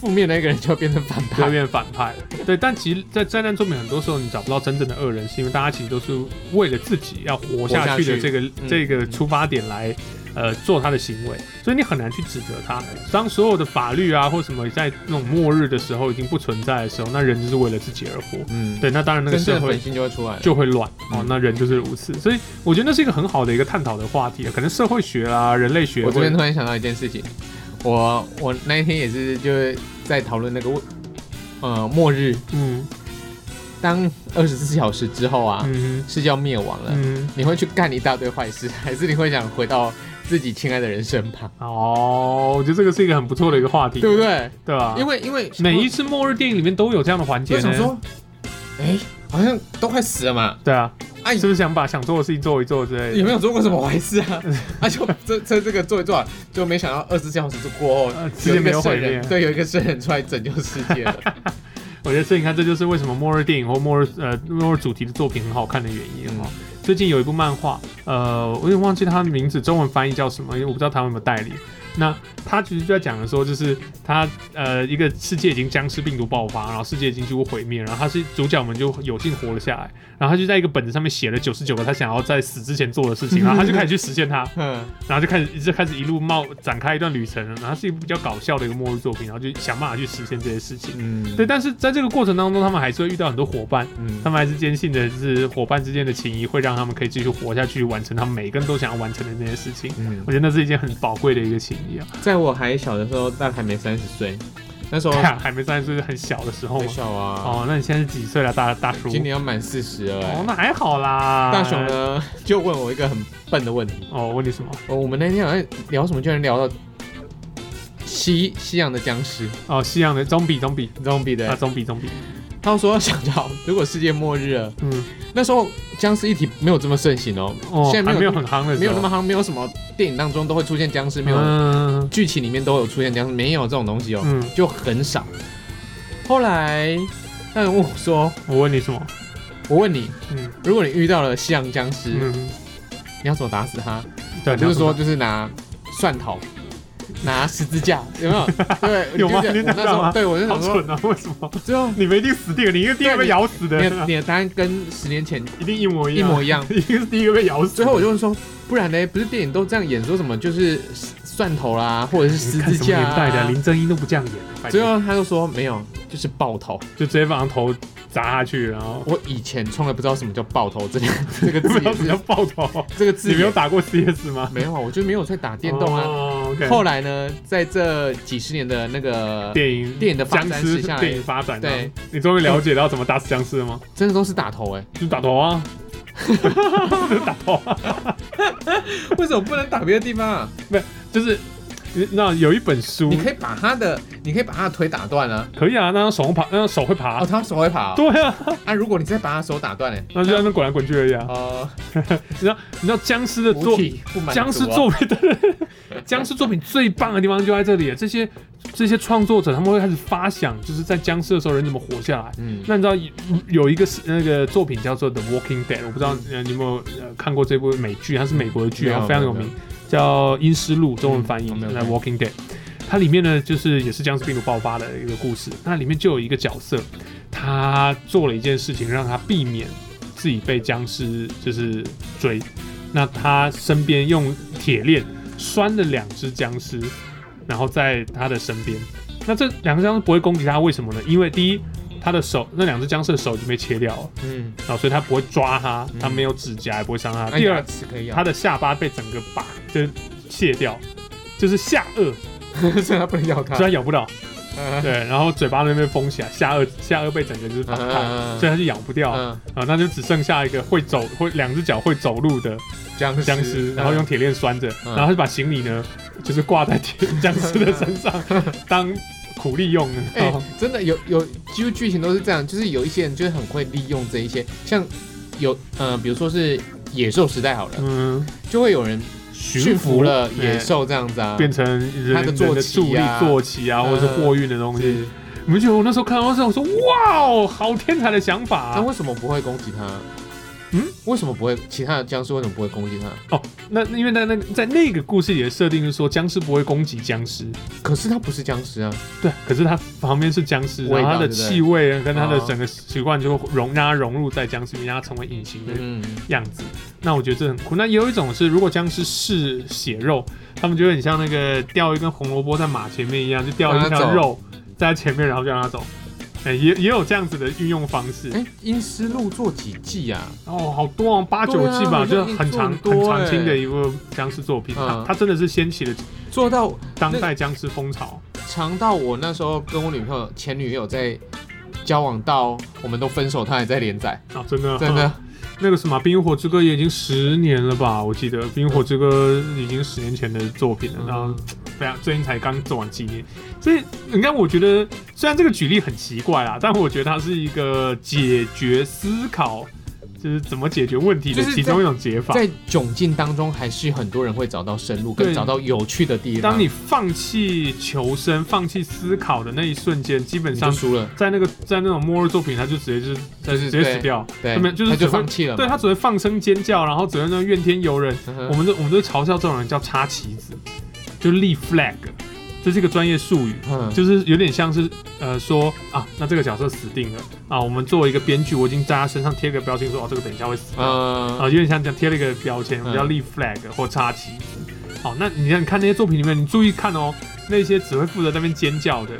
[SPEAKER 2] 负面那个人就会变成反
[SPEAKER 1] 就会
[SPEAKER 2] 派，
[SPEAKER 1] 变反派了。对，但其实，在灾难作品很多时候你找不到真正的恶人，是因为大家其实都是为了自己要活下去的这个
[SPEAKER 2] 嗯
[SPEAKER 1] 这个出发点来。呃，做他的行为，所以你很难去指责他。当所有的法律啊或什么在那种末日的时候已经不存在的时候，那人就是为了自己而活。
[SPEAKER 2] 嗯，
[SPEAKER 1] 对，那当然那个
[SPEAKER 2] 真
[SPEAKER 1] 社
[SPEAKER 2] 正的
[SPEAKER 1] 会
[SPEAKER 2] 本性就会出来了，
[SPEAKER 1] 就会乱哦
[SPEAKER 2] 嗯。
[SPEAKER 1] 那人就是如此，所以我觉得那是一个很好的一个探讨的话题啊，可能社会学啦、人类学
[SPEAKER 2] 我这
[SPEAKER 1] 或
[SPEAKER 2] 边
[SPEAKER 1] 者
[SPEAKER 2] 突然想到一件事情，我我那一天也是就是在讨论那个问呃末日，
[SPEAKER 1] 嗯
[SPEAKER 2] 当二十四小时之 后啊，
[SPEAKER 1] 嗯
[SPEAKER 2] 世界要灭亡了，
[SPEAKER 1] 嗯
[SPEAKER 2] 你会去干一大堆坏事， 还是你会想回到自己亲爱的人身旁，
[SPEAKER 1] 哦，我觉得这个是一个很不错的一个话题，
[SPEAKER 2] 对不？对？
[SPEAKER 1] 对吧？
[SPEAKER 2] 因为因为
[SPEAKER 1] 每一次末日电影里面都有这样的环
[SPEAKER 2] 我
[SPEAKER 1] 节
[SPEAKER 2] 就
[SPEAKER 1] 呢
[SPEAKER 2] 想。说，哎、好像都快死了嘛，
[SPEAKER 1] 对啊，
[SPEAKER 2] 哎
[SPEAKER 1] 是不是想把想做的事情做一做之类
[SPEAKER 2] 也
[SPEAKER 1] 的？
[SPEAKER 2] 没有做过什么坏事 啊，啊就这这这个做一做啊，就没想到二十四小时过后
[SPEAKER 1] 呃，世
[SPEAKER 2] 有
[SPEAKER 1] 界
[SPEAKER 2] 一
[SPEAKER 1] 没
[SPEAKER 2] 个
[SPEAKER 1] 有
[SPEAKER 2] 圣
[SPEAKER 1] 毁灭
[SPEAKER 2] 人，对，有一个圣人出来拯救世界了。
[SPEAKER 1] 我觉得这你看，这就是为什么末日电影或末日呃末日主题的作品很好看的原因哦。
[SPEAKER 2] 嗯
[SPEAKER 1] 最近有一部漫画，呃，我有点忘记它的名字，中文翻译叫什么，因为我不知道台湾有没有代理。那它其实就在讲的说，就是它呃一个世界已经僵尸病毒爆发，然后世界已经几乎毁灭，然后它是主角们就有幸活了下来，然后他就在一个本子上面写了九十九个他想要在死之前做的事情，然后他就开始去实现它。
[SPEAKER 2] 嗯，
[SPEAKER 1] 然后就开始就开始一路冒展开一段旅程了，然后是一部比较搞笑的一个末日作品，然后就想办法去实现这些事情。
[SPEAKER 2] 嗯
[SPEAKER 1] 对，，但是在这个过程当中，他们还是会遇到很多伙伴，
[SPEAKER 2] 嗯
[SPEAKER 1] 他们还是坚信的是伙伴之间的情谊会让他们可以继续活下去，完成他们每个人都想要完成的那些事情。
[SPEAKER 2] 嗯
[SPEAKER 1] 我，觉得那是一件很宝贵的一个情谊啊！
[SPEAKER 2] 在我还小的时候，大概还没三十岁，那时候
[SPEAKER 1] 还没三十岁，很小的时候
[SPEAKER 2] 还
[SPEAKER 1] 嘛。
[SPEAKER 2] 小啊，
[SPEAKER 1] 哦，那你现在是几岁了，大大叔？
[SPEAKER 2] 今年要满四十了、
[SPEAKER 1] 哦
[SPEAKER 2] 欸。，
[SPEAKER 1] 那还好啦。
[SPEAKER 2] 大雄？呢， 就问我一个很笨的问题。
[SPEAKER 1] 哦，我问你什么？
[SPEAKER 2] 哦，我们那天好像聊什么，居然聊到西西洋的僵尸
[SPEAKER 1] 哦，西洋的总比总比啊
[SPEAKER 2] zombie 的、
[SPEAKER 1] 啊，总比总比。
[SPEAKER 2] 他说想着好，如果世界末日了，
[SPEAKER 1] 嗯，
[SPEAKER 2] 那时候僵尸一体没有这么盛行哦，
[SPEAKER 1] 哦，
[SPEAKER 2] 现在
[SPEAKER 1] 还
[SPEAKER 2] 没
[SPEAKER 1] 没
[SPEAKER 2] 有
[SPEAKER 1] 有很夯的时候，
[SPEAKER 2] 没有那么夯，没有什么电影当中都会出现僵尸，没有、
[SPEAKER 1] 嗯
[SPEAKER 2] 剧情里面都有出现僵尸，没有这种东西哦，
[SPEAKER 1] 嗯，
[SPEAKER 2] 就很少。后来那人问我说
[SPEAKER 1] 我问你什么？：“
[SPEAKER 2] 我问你，
[SPEAKER 1] 嗯
[SPEAKER 2] 如果你遇到了西洋僵尸，
[SPEAKER 1] 嗯，
[SPEAKER 2] 你要怎么打死他？”
[SPEAKER 1] 对，
[SPEAKER 2] 就是说，
[SPEAKER 1] 你
[SPEAKER 2] 就是拿蒜头，拿十字架，有 没有？对，
[SPEAKER 1] 有吗
[SPEAKER 2] 我就
[SPEAKER 1] 你拿
[SPEAKER 2] 觉得我那时
[SPEAKER 1] 到吗
[SPEAKER 2] 候，对我就
[SPEAKER 1] 要
[SPEAKER 2] 想
[SPEAKER 1] 什么好蠢
[SPEAKER 2] 说，
[SPEAKER 1] 啊！为什么
[SPEAKER 2] 最后
[SPEAKER 1] 你们一定死定了？你一定
[SPEAKER 2] 对
[SPEAKER 1] 会被咬死的
[SPEAKER 2] 你，的你的答案跟十年前
[SPEAKER 1] 一定一模一
[SPEAKER 2] 一
[SPEAKER 1] 样，
[SPEAKER 2] 模一 样。
[SPEAKER 1] 一定是第一个被咬死。
[SPEAKER 2] 最后我就问说，不然呢？不是电影都这样演，说什么就是蒜头啦，或者是十
[SPEAKER 1] 看
[SPEAKER 2] 字
[SPEAKER 1] 什么
[SPEAKER 2] 架
[SPEAKER 1] 年代的
[SPEAKER 2] 啊？
[SPEAKER 1] 林正英都不这样演，拜托
[SPEAKER 2] 最后他就说没有，就是爆头。
[SPEAKER 1] 就直接把头砸下去，然后
[SPEAKER 2] 我以前从来不知道什么叫爆头，这个 这个
[SPEAKER 1] 不
[SPEAKER 2] 字
[SPEAKER 1] 知道
[SPEAKER 2] 也
[SPEAKER 1] 什么叫
[SPEAKER 2] 是
[SPEAKER 1] 爆头。
[SPEAKER 2] 这个
[SPEAKER 1] 你
[SPEAKER 2] 字
[SPEAKER 1] 没有
[SPEAKER 2] 也
[SPEAKER 1] 打过 CS 吗？
[SPEAKER 2] 没有啊，我就没有在打电动啊。
[SPEAKER 1] 哦，OK
[SPEAKER 2] 后来呢，在这几十年的那个
[SPEAKER 1] 电影
[SPEAKER 2] 电影的发展
[SPEAKER 1] 僵尸
[SPEAKER 2] 史下来
[SPEAKER 1] 电影发展，啊
[SPEAKER 2] 对，
[SPEAKER 1] 你终于了解到怎么打死僵尸了吗？
[SPEAKER 2] 真的都是打头哎、
[SPEAKER 1] 就打头啊，就打头啊，
[SPEAKER 2] 为什么不能打别的地方啊？
[SPEAKER 1] 就是那有一本书
[SPEAKER 2] 你可以把他的，你可以把他的腿打断啊。
[SPEAKER 1] 可以啊，那手爬，那手会爬
[SPEAKER 2] 哦，，他手会爬、哦。
[SPEAKER 1] 对啊，
[SPEAKER 2] 啊，如果你再把他手打断欸呢、
[SPEAKER 1] 那就在那边滚来滚去而已啊。
[SPEAKER 2] 哦，
[SPEAKER 1] 你知道你知道僵尸的
[SPEAKER 2] 无
[SPEAKER 1] 作
[SPEAKER 2] 体不满足啊
[SPEAKER 1] 僵尸作品的僵尸作品最棒的地方就在这里，这些这些创作者他们会开始发想，就是在僵尸的时候人怎么活下来。
[SPEAKER 2] 嗯，
[SPEAKER 1] 那你知道有有一个是那个作品叫做《The Walking Dead》，我不知道呃你有没有呃看过这部美剧，它是美国的剧，
[SPEAKER 2] 没有
[SPEAKER 1] 然后非常有名，叫《阴尸路》，中文翻译
[SPEAKER 2] 嗯我没
[SPEAKER 1] 《
[SPEAKER 2] 有
[SPEAKER 1] The
[SPEAKER 2] 看
[SPEAKER 1] Walking Dead》。它里面呢，就是也是僵尸病毒爆发的一个故事。那里面就有一个角色，他做了一件事情，让他避免自己被僵尸就是追。那他身边用铁链拴了两只僵尸，然后在他的身边。那这两只僵尸不会攻击他，为什么呢？因为第一，他的手那两只僵尸的手已经被切掉了，
[SPEAKER 2] 嗯，
[SPEAKER 1] 然后所以他不会抓他，
[SPEAKER 2] 嗯
[SPEAKER 1] 他没有指甲，也不会伤他。
[SPEAKER 2] 那
[SPEAKER 1] 第二
[SPEAKER 2] 牙，齿可以咬
[SPEAKER 1] 他，的下巴被整个把就是卸掉，就是下颚，
[SPEAKER 2] 所以他不能咬他
[SPEAKER 1] 虽。然咬不 到，
[SPEAKER 2] 嗯
[SPEAKER 1] 对，然后嘴巴那边封起来，下颚下颚被整个就是绑开，
[SPEAKER 2] 嗯
[SPEAKER 1] 所以他是咬不掉啊，
[SPEAKER 2] 嗯，
[SPEAKER 1] 那就只剩下一个会走会两只脚会走路的
[SPEAKER 2] 僵尸，
[SPEAKER 1] 僵尸，然后用铁链拴着，
[SPEAKER 2] 嗯
[SPEAKER 1] 然后就把行李呢就是挂在铁僵尸的身上 当苦力用，
[SPEAKER 2] 哎、
[SPEAKER 1] 然后
[SPEAKER 2] 真的有有，几乎剧情都是这样，就是有一些人就是很会利用这一些，像有呃，比如说是野兽时代好了，
[SPEAKER 1] 嗯，
[SPEAKER 2] 就会有人驯服了野
[SPEAKER 1] 哎
[SPEAKER 2] 兽这样子啊，
[SPEAKER 1] 变成人
[SPEAKER 2] 他的
[SPEAKER 1] 人
[SPEAKER 2] 坐
[SPEAKER 1] 的助
[SPEAKER 2] 骑
[SPEAKER 1] 力
[SPEAKER 2] 啊
[SPEAKER 1] 坐骑啊，
[SPEAKER 2] 嗯
[SPEAKER 1] 或者是货运的东西。
[SPEAKER 2] 是。
[SPEAKER 1] 你们觉得我那时候看到这，我说哇哦，好天才的想法啊！
[SPEAKER 2] 那为什么不会攻击他？
[SPEAKER 1] 嗯，
[SPEAKER 2] 为什么不会？其他的僵尸为什么不会攻击他？
[SPEAKER 1] 哦，那那因为在那在那个故事里的设定是说僵尸不会攻击僵尸，
[SPEAKER 2] 可是他不是僵尸啊，
[SPEAKER 1] 对，可是它旁边是僵尸，
[SPEAKER 2] 味道
[SPEAKER 1] 然后它的
[SPEAKER 2] 对不对
[SPEAKER 1] 气味啊跟它的
[SPEAKER 2] 哦
[SPEAKER 1] 整个习惯就会融让它融入在僵尸里面，让它成为隐形的
[SPEAKER 2] 嗯，
[SPEAKER 1] 样子。那我觉得这很酷。那也有一种是，如果僵尸是血肉，他们就会很像那个吊一根红萝卜在马前面一样，就吊一
[SPEAKER 2] 让它
[SPEAKER 1] 条
[SPEAKER 2] 走
[SPEAKER 1] 肉在它前面，然后就让它走。哎、也也有这样子的运用方式。
[SPEAKER 2] 哎、阴尸路做几季啊？
[SPEAKER 1] 哦，好多哦，八九
[SPEAKER 2] 对啊
[SPEAKER 1] 季吧，
[SPEAKER 2] 好像
[SPEAKER 1] 就
[SPEAKER 2] 已经
[SPEAKER 1] 很
[SPEAKER 2] 做
[SPEAKER 1] 长
[SPEAKER 2] 很多
[SPEAKER 1] 很长
[SPEAKER 2] 欸
[SPEAKER 1] 青的一部僵尸作品。它
[SPEAKER 2] 嗯
[SPEAKER 1] 它真的是掀起了
[SPEAKER 2] 做到
[SPEAKER 1] 当代僵尸风潮。
[SPEAKER 2] 长到我那时候跟我女朋友前女友在交往到我们都分手，她还在连载，
[SPEAKER 1] 啊，真的，
[SPEAKER 2] 真的
[SPEAKER 1] 嗯、那个什么《冰与火之歌》也已经十年了吧？我记得《冰与火之歌》已经十年前的作品了，
[SPEAKER 2] 嗯
[SPEAKER 1] 然后非常最近才刚做完纪念。所以你看，我觉得虽然这个举例很奇怪啦，但我觉得它是一个解决思考，就是怎么解决问题的
[SPEAKER 2] 就是在
[SPEAKER 1] 其中一种解法。
[SPEAKER 2] 在窘境当中，还是很多人会找到生路，
[SPEAKER 1] 对
[SPEAKER 2] 跟找到有趣的地方。
[SPEAKER 1] 当你放弃求生、放弃思考的那一瞬间，基本
[SPEAKER 2] 你就
[SPEAKER 1] 上
[SPEAKER 2] 输了，
[SPEAKER 1] 在那个在那种末日作品，他就直接就是
[SPEAKER 2] 就是
[SPEAKER 1] 直接
[SPEAKER 2] 对
[SPEAKER 1] 死掉，
[SPEAKER 2] 对
[SPEAKER 1] 他们就是
[SPEAKER 2] 他
[SPEAKER 1] 只
[SPEAKER 2] 就
[SPEAKER 1] 会
[SPEAKER 2] 放弃了
[SPEAKER 1] 对
[SPEAKER 2] 嘛。
[SPEAKER 1] 他只会放声尖叫，然后只会那种怨天尤人。
[SPEAKER 2] 嗯
[SPEAKER 1] 我
[SPEAKER 2] 哼
[SPEAKER 1] 们都我们都嘲笑这种人叫插旗子，就立 flag，这是一个专业术语，
[SPEAKER 2] 嗯，
[SPEAKER 1] 就是有点像是呃说啊，那这个角色死定了啊，我们作为一个编剧，我已经在他身上贴个标签说哦，这个等一下会死掉、
[SPEAKER 2] 呃
[SPEAKER 1] 啊，有点像这样贴了一个标签，我们叫
[SPEAKER 2] 嗯
[SPEAKER 1] 立 flag 或插旗子。好、那你看你看那些作品里面，你注意看哦，那些只会负责在那边尖叫的，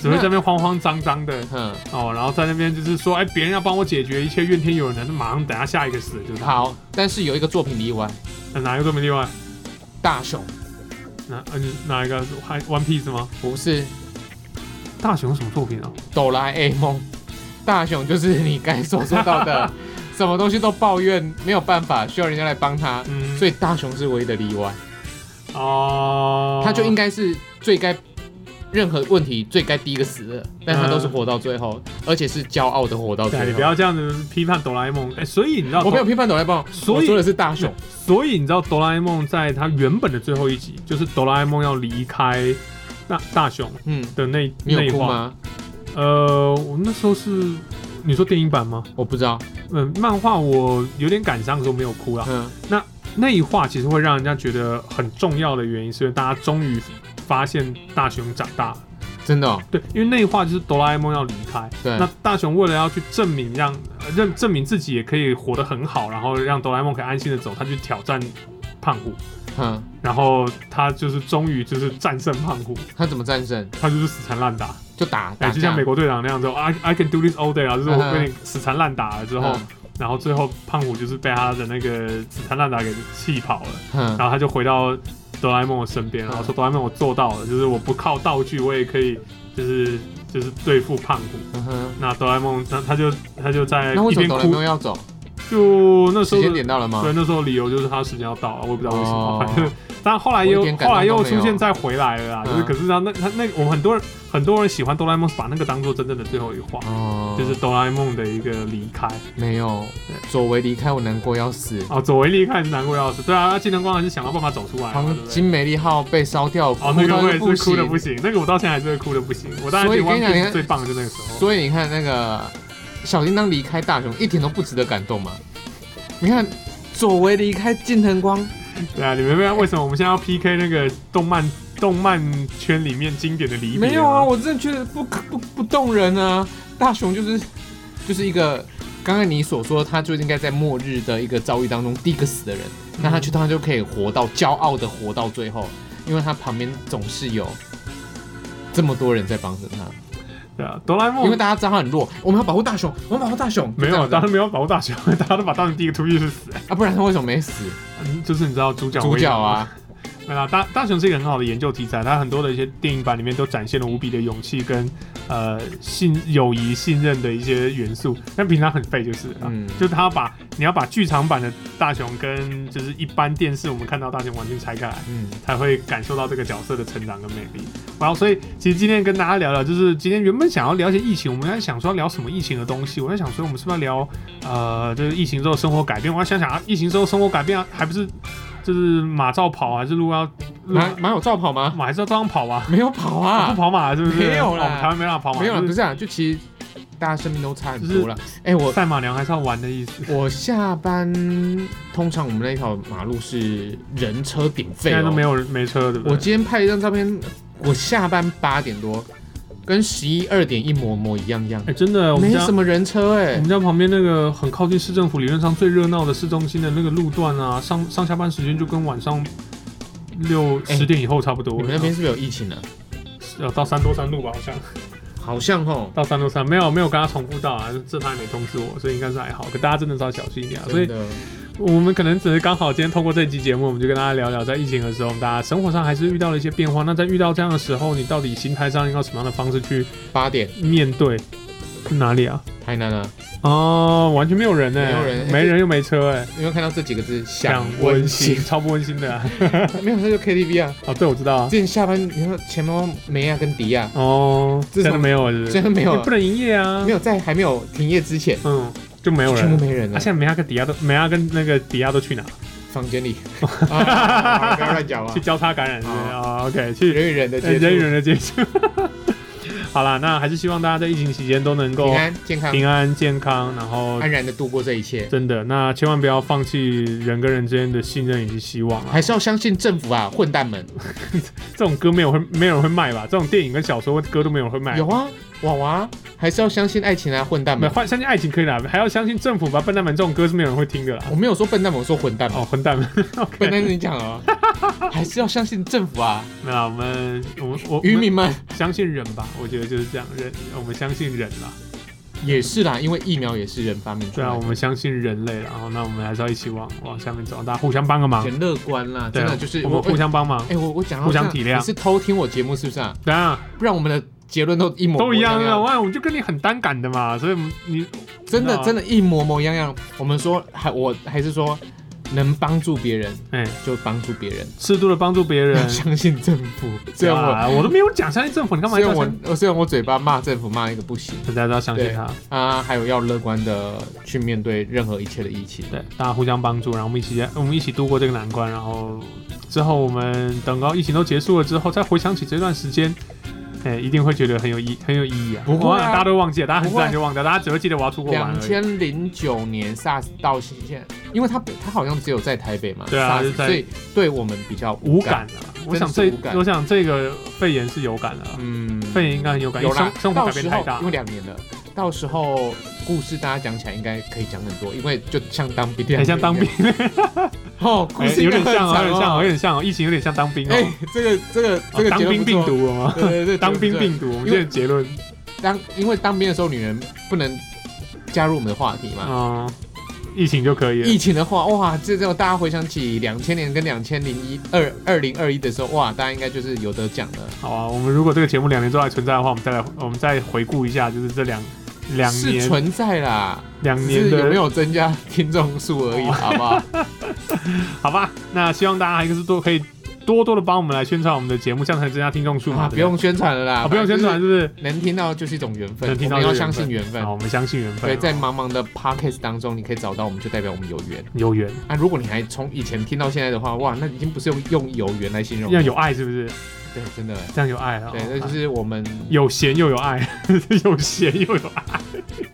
[SPEAKER 1] 只会在那边慌慌张张的
[SPEAKER 2] 嗯，
[SPEAKER 1] 哦，然后在那边就是说，哎，别人要帮我解决一切怨天尤人的，那马上等下下一个死的就是他。
[SPEAKER 2] 好，但是有一个作品例外，
[SPEAKER 1] 那哪一个这么例外？
[SPEAKER 2] 大雄
[SPEAKER 1] 哪嗯哪一个？还 One Piece 吗？
[SPEAKER 2] 不是
[SPEAKER 1] 大雄什么作品啊？
[SPEAKER 2] 哆啦 A 梦，大雄就是你刚才所说到 的，什么东西都抱怨没有办法，需要人家来帮他，
[SPEAKER 1] 嗯，
[SPEAKER 2] 所以大雄是唯一的例外，
[SPEAKER 1] 哦，
[SPEAKER 2] 他就应该是最该任何问题最该第一个死的，但他都
[SPEAKER 1] 嗯
[SPEAKER 2] 是活到最后，而且是骄傲的活到最后。
[SPEAKER 1] 对，你不要这样子批判哆啦 A 梦。哎、所以你知道，
[SPEAKER 2] 我没有批判哆啦 A 梦，
[SPEAKER 1] 所以
[SPEAKER 2] 我说的是大雄。
[SPEAKER 1] 所以你知道哆啦 A 梦在它原本的最后一集，就是哆啦 A 梦要离开大大雄
[SPEAKER 2] 嗯，
[SPEAKER 1] 的那
[SPEAKER 2] 你
[SPEAKER 1] 那一
[SPEAKER 2] 有哭
[SPEAKER 1] 话。
[SPEAKER 2] 吗？
[SPEAKER 1] 呃，我那时候是你说电影版吗？
[SPEAKER 2] 我不知道。
[SPEAKER 1] 嗯，漫画我有点感伤，可是我没有哭啦。
[SPEAKER 2] 嗯，
[SPEAKER 1] 那一话其实会让人家觉得很重要的原因，是因为大家终于发现大雄长大了。
[SPEAKER 2] 真的、哦。
[SPEAKER 1] 对，因为那一话就是哆啦 A 梦要离开，
[SPEAKER 2] 对
[SPEAKER 1] 那大雄为了要去证明让呃认证明自己也可以活得很好，然后让哆啦 A 梦可以安心的走，他去挑战胖虎，
[SPEAKER 2] 嗯，
[SPEAKER 1] 然后他就是终于就是战胜胖虎，
[SPEAKER 2] 他怎么战胜？
[SPEAKER 1] 他就是死缠烂打，
[SPEAKER 2] 就打
[SPEAKER 1] 哎，
[SPEAKER 2] 打
[SPEAKER 1] 就像
[SPEAKER 2] 架
[SPEAKER 1] 美。国队长那样之后，I I can do this all day 啊，就是我
[SPEAKER 2] 嗯哼
[SPEAKER 1] 被你死缠烂打了之后，
[SPEAKER 2] 嗯
[SPEAKER 1] 然后最后胖虎就是被他的那个死缠烂打给气跑了，
[SPEAKER 2] 嗯
[SPEAKER 1] 然后他就回到哆啦 A 梦的身边，然后说哆啦 A 梦我做到了，就是我不靠道具我也可以，就是就是对付胖虎。
[SPEAKER 2] 嗯哼。
[SPEAKER 1] 那哆啦 A 梦，那他就他就在
[SPEAKER 2] 那为
[SPEAKER 1] 一
[SPEAKER 2] 什
[SPEAKER 1] 边
[SPEAKER 2] 么哆啦 A
[SPEAKER 1] 哭
[SPEAKER 2] 梦，要走？
[SPEAKER 1] 就那时
[SPEAKER 2] 时
[SPEAKER 1] 候
[SPEAKER 2] 间
[SPEAKER 1] 的
[SPEAKER 2] 点到了吗
[SPEAKER 1] 对？那时候理由就是他时间要到了，我也不知道为什么，
[SPEAKER 2] 哦
[SPEAKER 1] 反正但后来又
[SPEAKER 2] 我一点感动
[SPEAKER 1] 后来又
[SPEAKER 2] 都没有
[SPEAKER 1] 出现再回来了啦，就是
[SPEAKER 2] 嗯
[SPEAKER 1] 可是他那他那我们很多人很多人喜欢哆啦 A 梦，把那个当做真正的最后一话，
[SPEAKER 2] 哦，
[SPEAKER 1] 就是哆啦 A 梦的一个离开
[SPEAKER 2] 没有
[SPEAKER 1] 对。
[SPEAKER 2] 左为离开我难过要死。
[SPEAKER 1] 啊，佐为离开是难过要死，对啊，那金城光还是想到办法走出来嘛，对
[SPEAKER 2] 黄
[SPEAKER 1] 不对？
[SPEAKER 2] 金美丽号被烧掉，
[SPEAKER 1] 哦，那
[SPEAKER 2] 哭
[SPEAKER 1] 个
[SPEAKER 2] 到
[SPEAKER 1] 我也
[SPEAKER 2] 不
[SPEAKER 1] 是哭的
[SPEAKER 2] 行
[SPEAKER 1] 不行，那个我到现在还是会哭的不行。我当然觉得
[SPEAKER 2] 所以跟
[SPEAKER 1] One
[SPEAKER 2] 你讲
[SPEAKER 1] Piece
[SPEAKER 2] 你看
[SPEAKER 1] 最棒的就那个时候，
[SPEAKER 2] 所以你看那个小叮当离开大雄，一点都不值得感动嘛。你看佐为离开近藤光，
[SPEAKER 1] 对啊，你明白为什么我们现在要 PK 那个动漫动漫圈里面经典的离别吗？
[SPEAKER 2] 没有啊，我真的觉得不可不不动人啊。大雄就是就是一个刚刚你所说，他就应该在末日的一个遭遇当中第一个死的人，那他就他就可以活到骄傲的活到最后，因为他旁边总是有。这么多人在帮着他，
[SPEAKER 1] 对啊，哆啦 A
[SPEAKER 2] 因为
[SPEAKER 1] 梦
[SPEAKER 2] 大家知道他很弱，我们要保护大雄，我们要保护大雄。
[SPEAKER 1] 没
[SPEAKER 2] 就这
[SPEAKER 1] 有，啊
[SPEAKER 2] 样子
[SPEAKER 1] 大家没有保护大雄， 大家都把大雄第一个突击是死，
[SPEAKER 2] 啊，不然他为什么没死？
[SPEAKER 1] 嗯就是你知道主角
[SPEAKER 2] 主
[SPEAKER 1] 为
[SPEAKER 2] 角
[SPEAKER 1] 什么
[SPEAKER 2] 啊，，
[SPEAKER 1] 对啊，大大雄是一个很好的研究题材，他很多的一些电影版里面都展现了无比的勇气跟呃信友谊信任的一些元素，但平常很废就是了啦。
[SPEAKER 2] 嗯
[SPEAKER 1] 就是他把你要把剧场版的大雄跟就是一般电视我们看到大雄完全拆开来，
[SPEAKER 2] 嗯，
[SPEAKER 1] 才会感受到这个角色的成长跟魅力。然后，所以其实今天跟大家聊聊，就是今天原本想要聊一些疫情，我们在想说要聊什么疫情的东西。我在想说，我们是不是要聊呃，就是疫情之后生活改变？我要想想啊，疫情之后生活改变啊还不是就是马照跑，啊还是如果要如
[SPEAKER 2] 马马有照跑吗？
[SPEAKER 1] 啊马还是要照样跑啊？
[SPEAKER 2] 没有跑
[SPEAKER 1] 不
[SPEAKER 2] 啊，
[SPEAKER 1] 跑马是不是？
[SPEAKER 2] 没有
[SPEAKER 1] 哦
[SPEAKER 2] 啦
[SPEAKER 1] 我们台湾没办法跑马，
[SPEAKER 2] 没有啦，
[SPEAKER 1] 就
[SPEAKER 2] 不
[SPEAKER 1] 是
[SPEAKER 2] 是啊，就其实大家生命都差很多了。哎、我
[SPEAKER 1] 赛马娘还是要玩的意思。
[SPEAKER 2] 我下班通常我们那条马路是人车鼎沸、
[SPEAKER 1] 现在
[SPEAKER 2] 哦，
[SPEAKER 1] 都没有人没车，对不
[SPEAKER 2] 我
[SPEAKER 1] 对？
[SPEAKER 2] 今天拍一张照片，我下班八点多，跟十一二点一模模一样样
[SPEAKER 1] 哎、，真的，我们
[SPEAKER 2] 没
[SPEAKER 1] 家
[SPEAKER 2] 什么人车哎、
[SPEAKER 1] 我们家旁边那个很靠近市政府，理论上最热闹的市中心的那个路段啊，上上下班时间就跟晚上六
[SPEAKER 2] 哎
[SPEAKER 1] 十点以后差不多。
[SPEAKER 2] 你们那边是不是有疫情啊？
[SPEAKER 1] 呃到三多三路吧，好像
[SPEAKER 2] 好像哦，
[SPEAKER 1] 到三多三没有没有跟他重复到啊，这他也没通知我，所以应该是还好。可大家真的是要小心一点啊。所
[SPEAKER 2] 真
[SPEAKER 1] 以
[SPEAKER 2] 的，
[SPEAKER 1] 我们可能只是刚好今天通过这期节目，我们就跟大家聊聊，在疫情的时候，我们大家生活上还是遇到了一些变化。那在遇到这样的时候，你到底心态上应该用什么样的方式去
[SPEAKER 2] 八点
[SPEAKER 1] 面对？哪里啊？
[SPEAKER 2] 台南啊，
[SPEAKER 1] 哦，完全没有人呢、
[SPEAKER 2] 没有人
[SPEAKER 1] 没人又没车哎、
[SPEAKER 2] 有没有看到这几个字？
[SPEAKER 1] 想温馨，，超不温馨的啊！
[SPEAKER 2] 没有，那就 KTV 啊。
[SPEAKER 1] 哦，对，我知道啊。
[SPEAKER 2] 之前下班，你说钱包梅亚跟迪啊亚，
[SPEAKER 1] 哦，
[SPEAKER 2] 自
[SPEAKER 1] 真
[SPEAKER 2] 从
[SPEAKER 1] 的没有了是不是，
[SPEAKER 2] 真的没有
[SPEAKER 1] 你不能营业啊
[SPEAKER 2] 没，有在还没有停业之前，
[SPEAKER 1] 嗯，就没有
[SPEAKER 2] 全部
[SPEAKER 1] 人。
[SPEAKER 2] 没人
[SPEAKER 1] 啊，
[SPEAKER 2] 了，
[SPEAKER 1] 现在梅亚跟迪亚都，梅亚跟那个迪亚都去哪？
[SPEAKER 2] 房间 里，啊不要乱讲啊
[SPEAKER 1] 去，交叉感染是不是？
[SPEAKER 2] 啊
[SPEAKER 1] 哦，OK，去
[SPEAKER 2] 人与人的接
[SPEAKER 1] 人
[SPEAKER 2] 触，
[SPEAKER 1] 与人的接触。 好啦，那还是希望大家在疫情期间都能够
[SPEAKER 2] 平安健康，
[SPEAKER 1] 平安健康，然后
[SPEAKER 2] 安然的度过这一切，
[SPEAKER 1] 真的，那千万不要放弃人跟人之间的信任以及希望啊！
[SPEAKER 2] 还是要相信政府啊，混蛋们，
[SPEAKER 1] 这种歌没有会没有人会卖吧？这种电影跟小说歌都没有人会卖。
[SPEAKER 2] 有啊，娃娃，还是要相信爱情啊，混蛋
[SPEAKER 1] 哎没
[SPEAKER 2] 们
[SPEAKER 1] 有，，换相信爱情可以啦，还要相信政府吧。笨蛋们这种歌是没有人会听的啦。
[SPEAKER 2] 我没有说笨蛋们，我说混蛋们，
[SPEAKER 1] 哦，混蛋们
[SPEAKER 2] 笨
[SPEAKER 1] ，OK，
[SPEAKER 2] 蛋你 讲啊，还是要相信政府啊，
[SPEAKER 1] 那我们我们我
[SPEAKER 2] 渔民们
[SPEAKER 1] 我们相信人吧，我觉得就是这样，人我们相信人啦，
[SPEAKER 2] 也是啦，因为疫苗也是人发明出
[SPEAKER 1] 对
[SPEAKER 2] 来
[SPEAKER 1] 啊，我
[SPEAKER 2] 的，
[SPEAKER 1] 们相信人类啦，然后那我们还是要一起往往下面走，大家互相帮个忙，
[SPEAKER 2] 很乐观啦，
[SPEAKER 1] 啊对
[SPEAKER 2] 真
[SPEAKER 1] 啊
[SPEAKER 2] 的就是
[SPEAKER 1] 我们互。相帮忙
[SPEAKER 2] 哎、，我我讲到
[SPEAKER 1] 互相
[SPEAKER 2] 这样
[SPEAKER 1] 体谅
[SPEAKER 2] 你是偷听我节目是不是啊？
[SPEAKER 1] 当然
[SPEAKER 2] 不然我们的结论都一模
[SPEAKER 1] 都
[SPEAKER 2] 模
[SPEAKER 1] 一样
[SPEAKER 2] 样
[SPEAKER 1] 啊，。哇，我就跟你很单感的嘛，所以你
[SPEAKER 2] 真
[SPEAKER 1] 知道
[SPEAKER 2] 的
[SPEAKER 1] 啊
[SPEAKER 2] 真的，一模模样样。我们说还我还是说，能帮助别人
[SPEAKER 1] 哎，
[SPEAKER 2] 就帮助别人，
[SPEAKER 1] 适度的帮助别人
[SPEAKER 2] 要。 相信政府。虽然我
[SPEAKER 1] 啊，我都没有讲相信政府，你干嘛
[SPEAKER 2] 虽
[SPEAKER 1] 一定
[SPEAKER 2] 然
[SPEAKER 1] 要
[SPEAKER 2] 我
[SPEAKER 1] 相？
[SPEAKER 2] 我虽然我嘴巴骂政府骂一个不行，
[SPEAKER 1] 大家都要相信
[SPEAKER 2] 对
[SPEAKER 1] 他。
[SPEAKER 2] 啊，还有要乐观的去面对任何一切的疫情。
[SPEAKER 1] 对，大家互相帮助，然后我们一起，我们一起度过这个难关。然后之后我们等到疫情都结束了之后，再回想起这段时间，哎，一定会觉得很有意很有意义啊！
[SPEAKER 2] 不会啊
[SPEAKER 1] 我想大家都忘记了，大家很
[SPEAKER 2] 不
[SPEAKER 1] 自
[SPEAKER 2] 会
[SPEAKER 1] 然就忘掉，大家只会记得我要出国玩
[SPEAKER 2] 两
[SPEAKER 1] 而已。
[SPEAKER 2] 千零九年 SARS 到现在，因为它它好像只有在台北嘛，
[SPEAKER 1] 对啊
[SPEAKER 2] SARS，
[SPEAKER 1] 就在
[SPEAKER 2] 所以对我们比较
[SPEAKER 1] 无感。啊！我想
[SPEAKER 2] 真
[SPEAKER 1] 这
[SPEAKER 2] 是无感
[SPEAKER 1] 我想这个肺炎是有感的啊，
[SPEAKER 2] 嗯，
[SPEAKER 1] 肺炎应该很有感，因
[SPEAKER 2] 有
[SPEAKER 1] 为
[SPEAKER 2] 啦
[SPEAKER 1] 生，生活
[SPEAKER 2] 到
[SPEAKER 1] 改变
[SPEAKER 2] 时
[SPEAKER 1] 太
[SPEAKER 2] 候
[SPEAKER 1] 大
[SPEAKER 2] 因。为两年了，到时候故事大家讲起来应该可以讲很多，因为就像当兵，
[SPEAKER 1] 哎很像当兵，
[SPEAKER 2] 哦，故
[SPEAKER 1] 哎
[SPEAKER 2] 事
[SPEAKER 1] 有点像哦，有点像哦，有
[SPEAKER 2] 哦，
[SPEAKER 1] 点像哦，疫情有点像当兵哦
[SPEAKER 2] 哎，，这个这个这个
[SPEAKER 1] 当
[SPEAKER 2] 结
[SPEAKER 1] 兵
[SPEAKER 2] 论不
[SPEAKER 1] 病
[SPEAKER 2] 错，
[SPEAKER 1] 毒哦吗？
[SPEAKER 2] 对对 对，
[SPEAKER 1] 当兵
[SPEAKER 2] 结论
[SPEAKER 1] 病
[SPEAKER 2] 不错
[SPEAKER 1] 毒，我们这个结论，
[SPEAKER 2] 当因为当兵的时候，女人不能加入我们的话题嘛。
[SPEAKER 1] 嗯，疫情就可以了。
[SPEAKER 2] 疫情的话，哇，这种大家回想起两千年跟两千零一二二零二一的时候，哇，大家应该就是有得讲了。
[SPEAKER 1] 好啊，我们如果这个节目两年之后还存在的话，我们再来，我们再回顾一下，就是这两两
[SPEAKER 2] 是
[SPEAKER 1] 年
[SPEAKER 2] 存在啦，
[SPEAKER 1] 两
[SPEAKER 2] 只
[SPEAKER 1] 年
[SPEAKER 2] 是
[SPEAKER 1] 的
[SPEAKER 2] 有没有增加听众 数而已，
[SPEAKER 1] 哦
[SPEAKER 2] 好不好？
[SPEAKER 1] 好吧？那希望大家还是多可以多多的帮我们来宣传我们的节目，这样才能增加听众数嘛。
[SPEAKER 2] 啊，
[SPEAKER 1] 对
[SPEAKER 2] 不
[SPEAKER 1] 对
[SPEAKER 2] 用宣传了啦，
[SPEAKER 1] 啊，不用宣传，是，不是？
[SPEAKER 2] 能听到就是一种缘分，
[SPEAKER 1] 能听到
[SPEAKER 2] 我们要
[SPEAKER 1] 就是缘
[SPEAKER 2] 相
[SPEAKER 1] 分
[SPEAKER 2] 信缘分
[SPEAKER 1] 好，。我们相信缘分
[SPEAKER 2] 对，
[SPEAKER 1] 啊，
[SPEAKER 2] 在茫茫的 podcast 当中，你可以找到我们，就代表我们有缘。
[SPEAKER 1] 有缘，
[SPEAKER 2] 啊，如果你还从以前听到现在的话，哇，那已经不是用用有缘来形容了，
[SPEAKER 1] 要有爱，是不是？
[SPEAKER 2] 对，真的，
[SPEAKER 1] 这样有爱啊，
[SPEAKER 2] 对，那就是我们
[SPEAKER 1] 有闲又有爱， 有闲又有爱，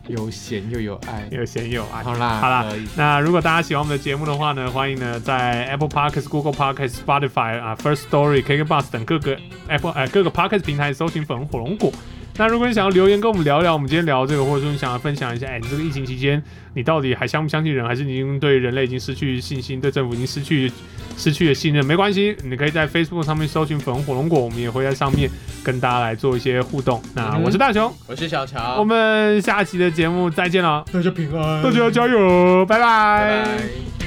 [SPEAKER 2] 有闲又有爱。
[SPEAKER 1] 有闲又有爱。
[SPEAKER 2] 好啦，呃
[SPEAKER 1] 好啦
[SPEAKER 2] 可以，
[SPEAKER 1] 那如果大家喜欢我们的节目的话呢，欢迎呢在 Apple Podcast、Google Podcast、Spotify 啊、First Story、KK Bus 等各个 Apple 呃各个 Podcast 平台搜寻“粉红火龙果”。那如果你想要留言跟我们聊聊，我们今天聊这个，或者说你想要分享一下，哎，你这个疫情期间，你到底还相不相信人，还是你已经对人类已经失去信心，对政府已经失去失去了信任？没关系，你可以在 Facebook 上面搜寻“粉红火龙果”，我们也会在上面跟大家来做一些互动。那我是大雄，
[SPEAKER 2] 我是小乔，
[SPEAKER 1] 我们下期的节目再见了，
[SPEAKER 2] 大家平安
[SPEAKER 1] 大家加油，拜
[SPEAKER 2] 拜拜。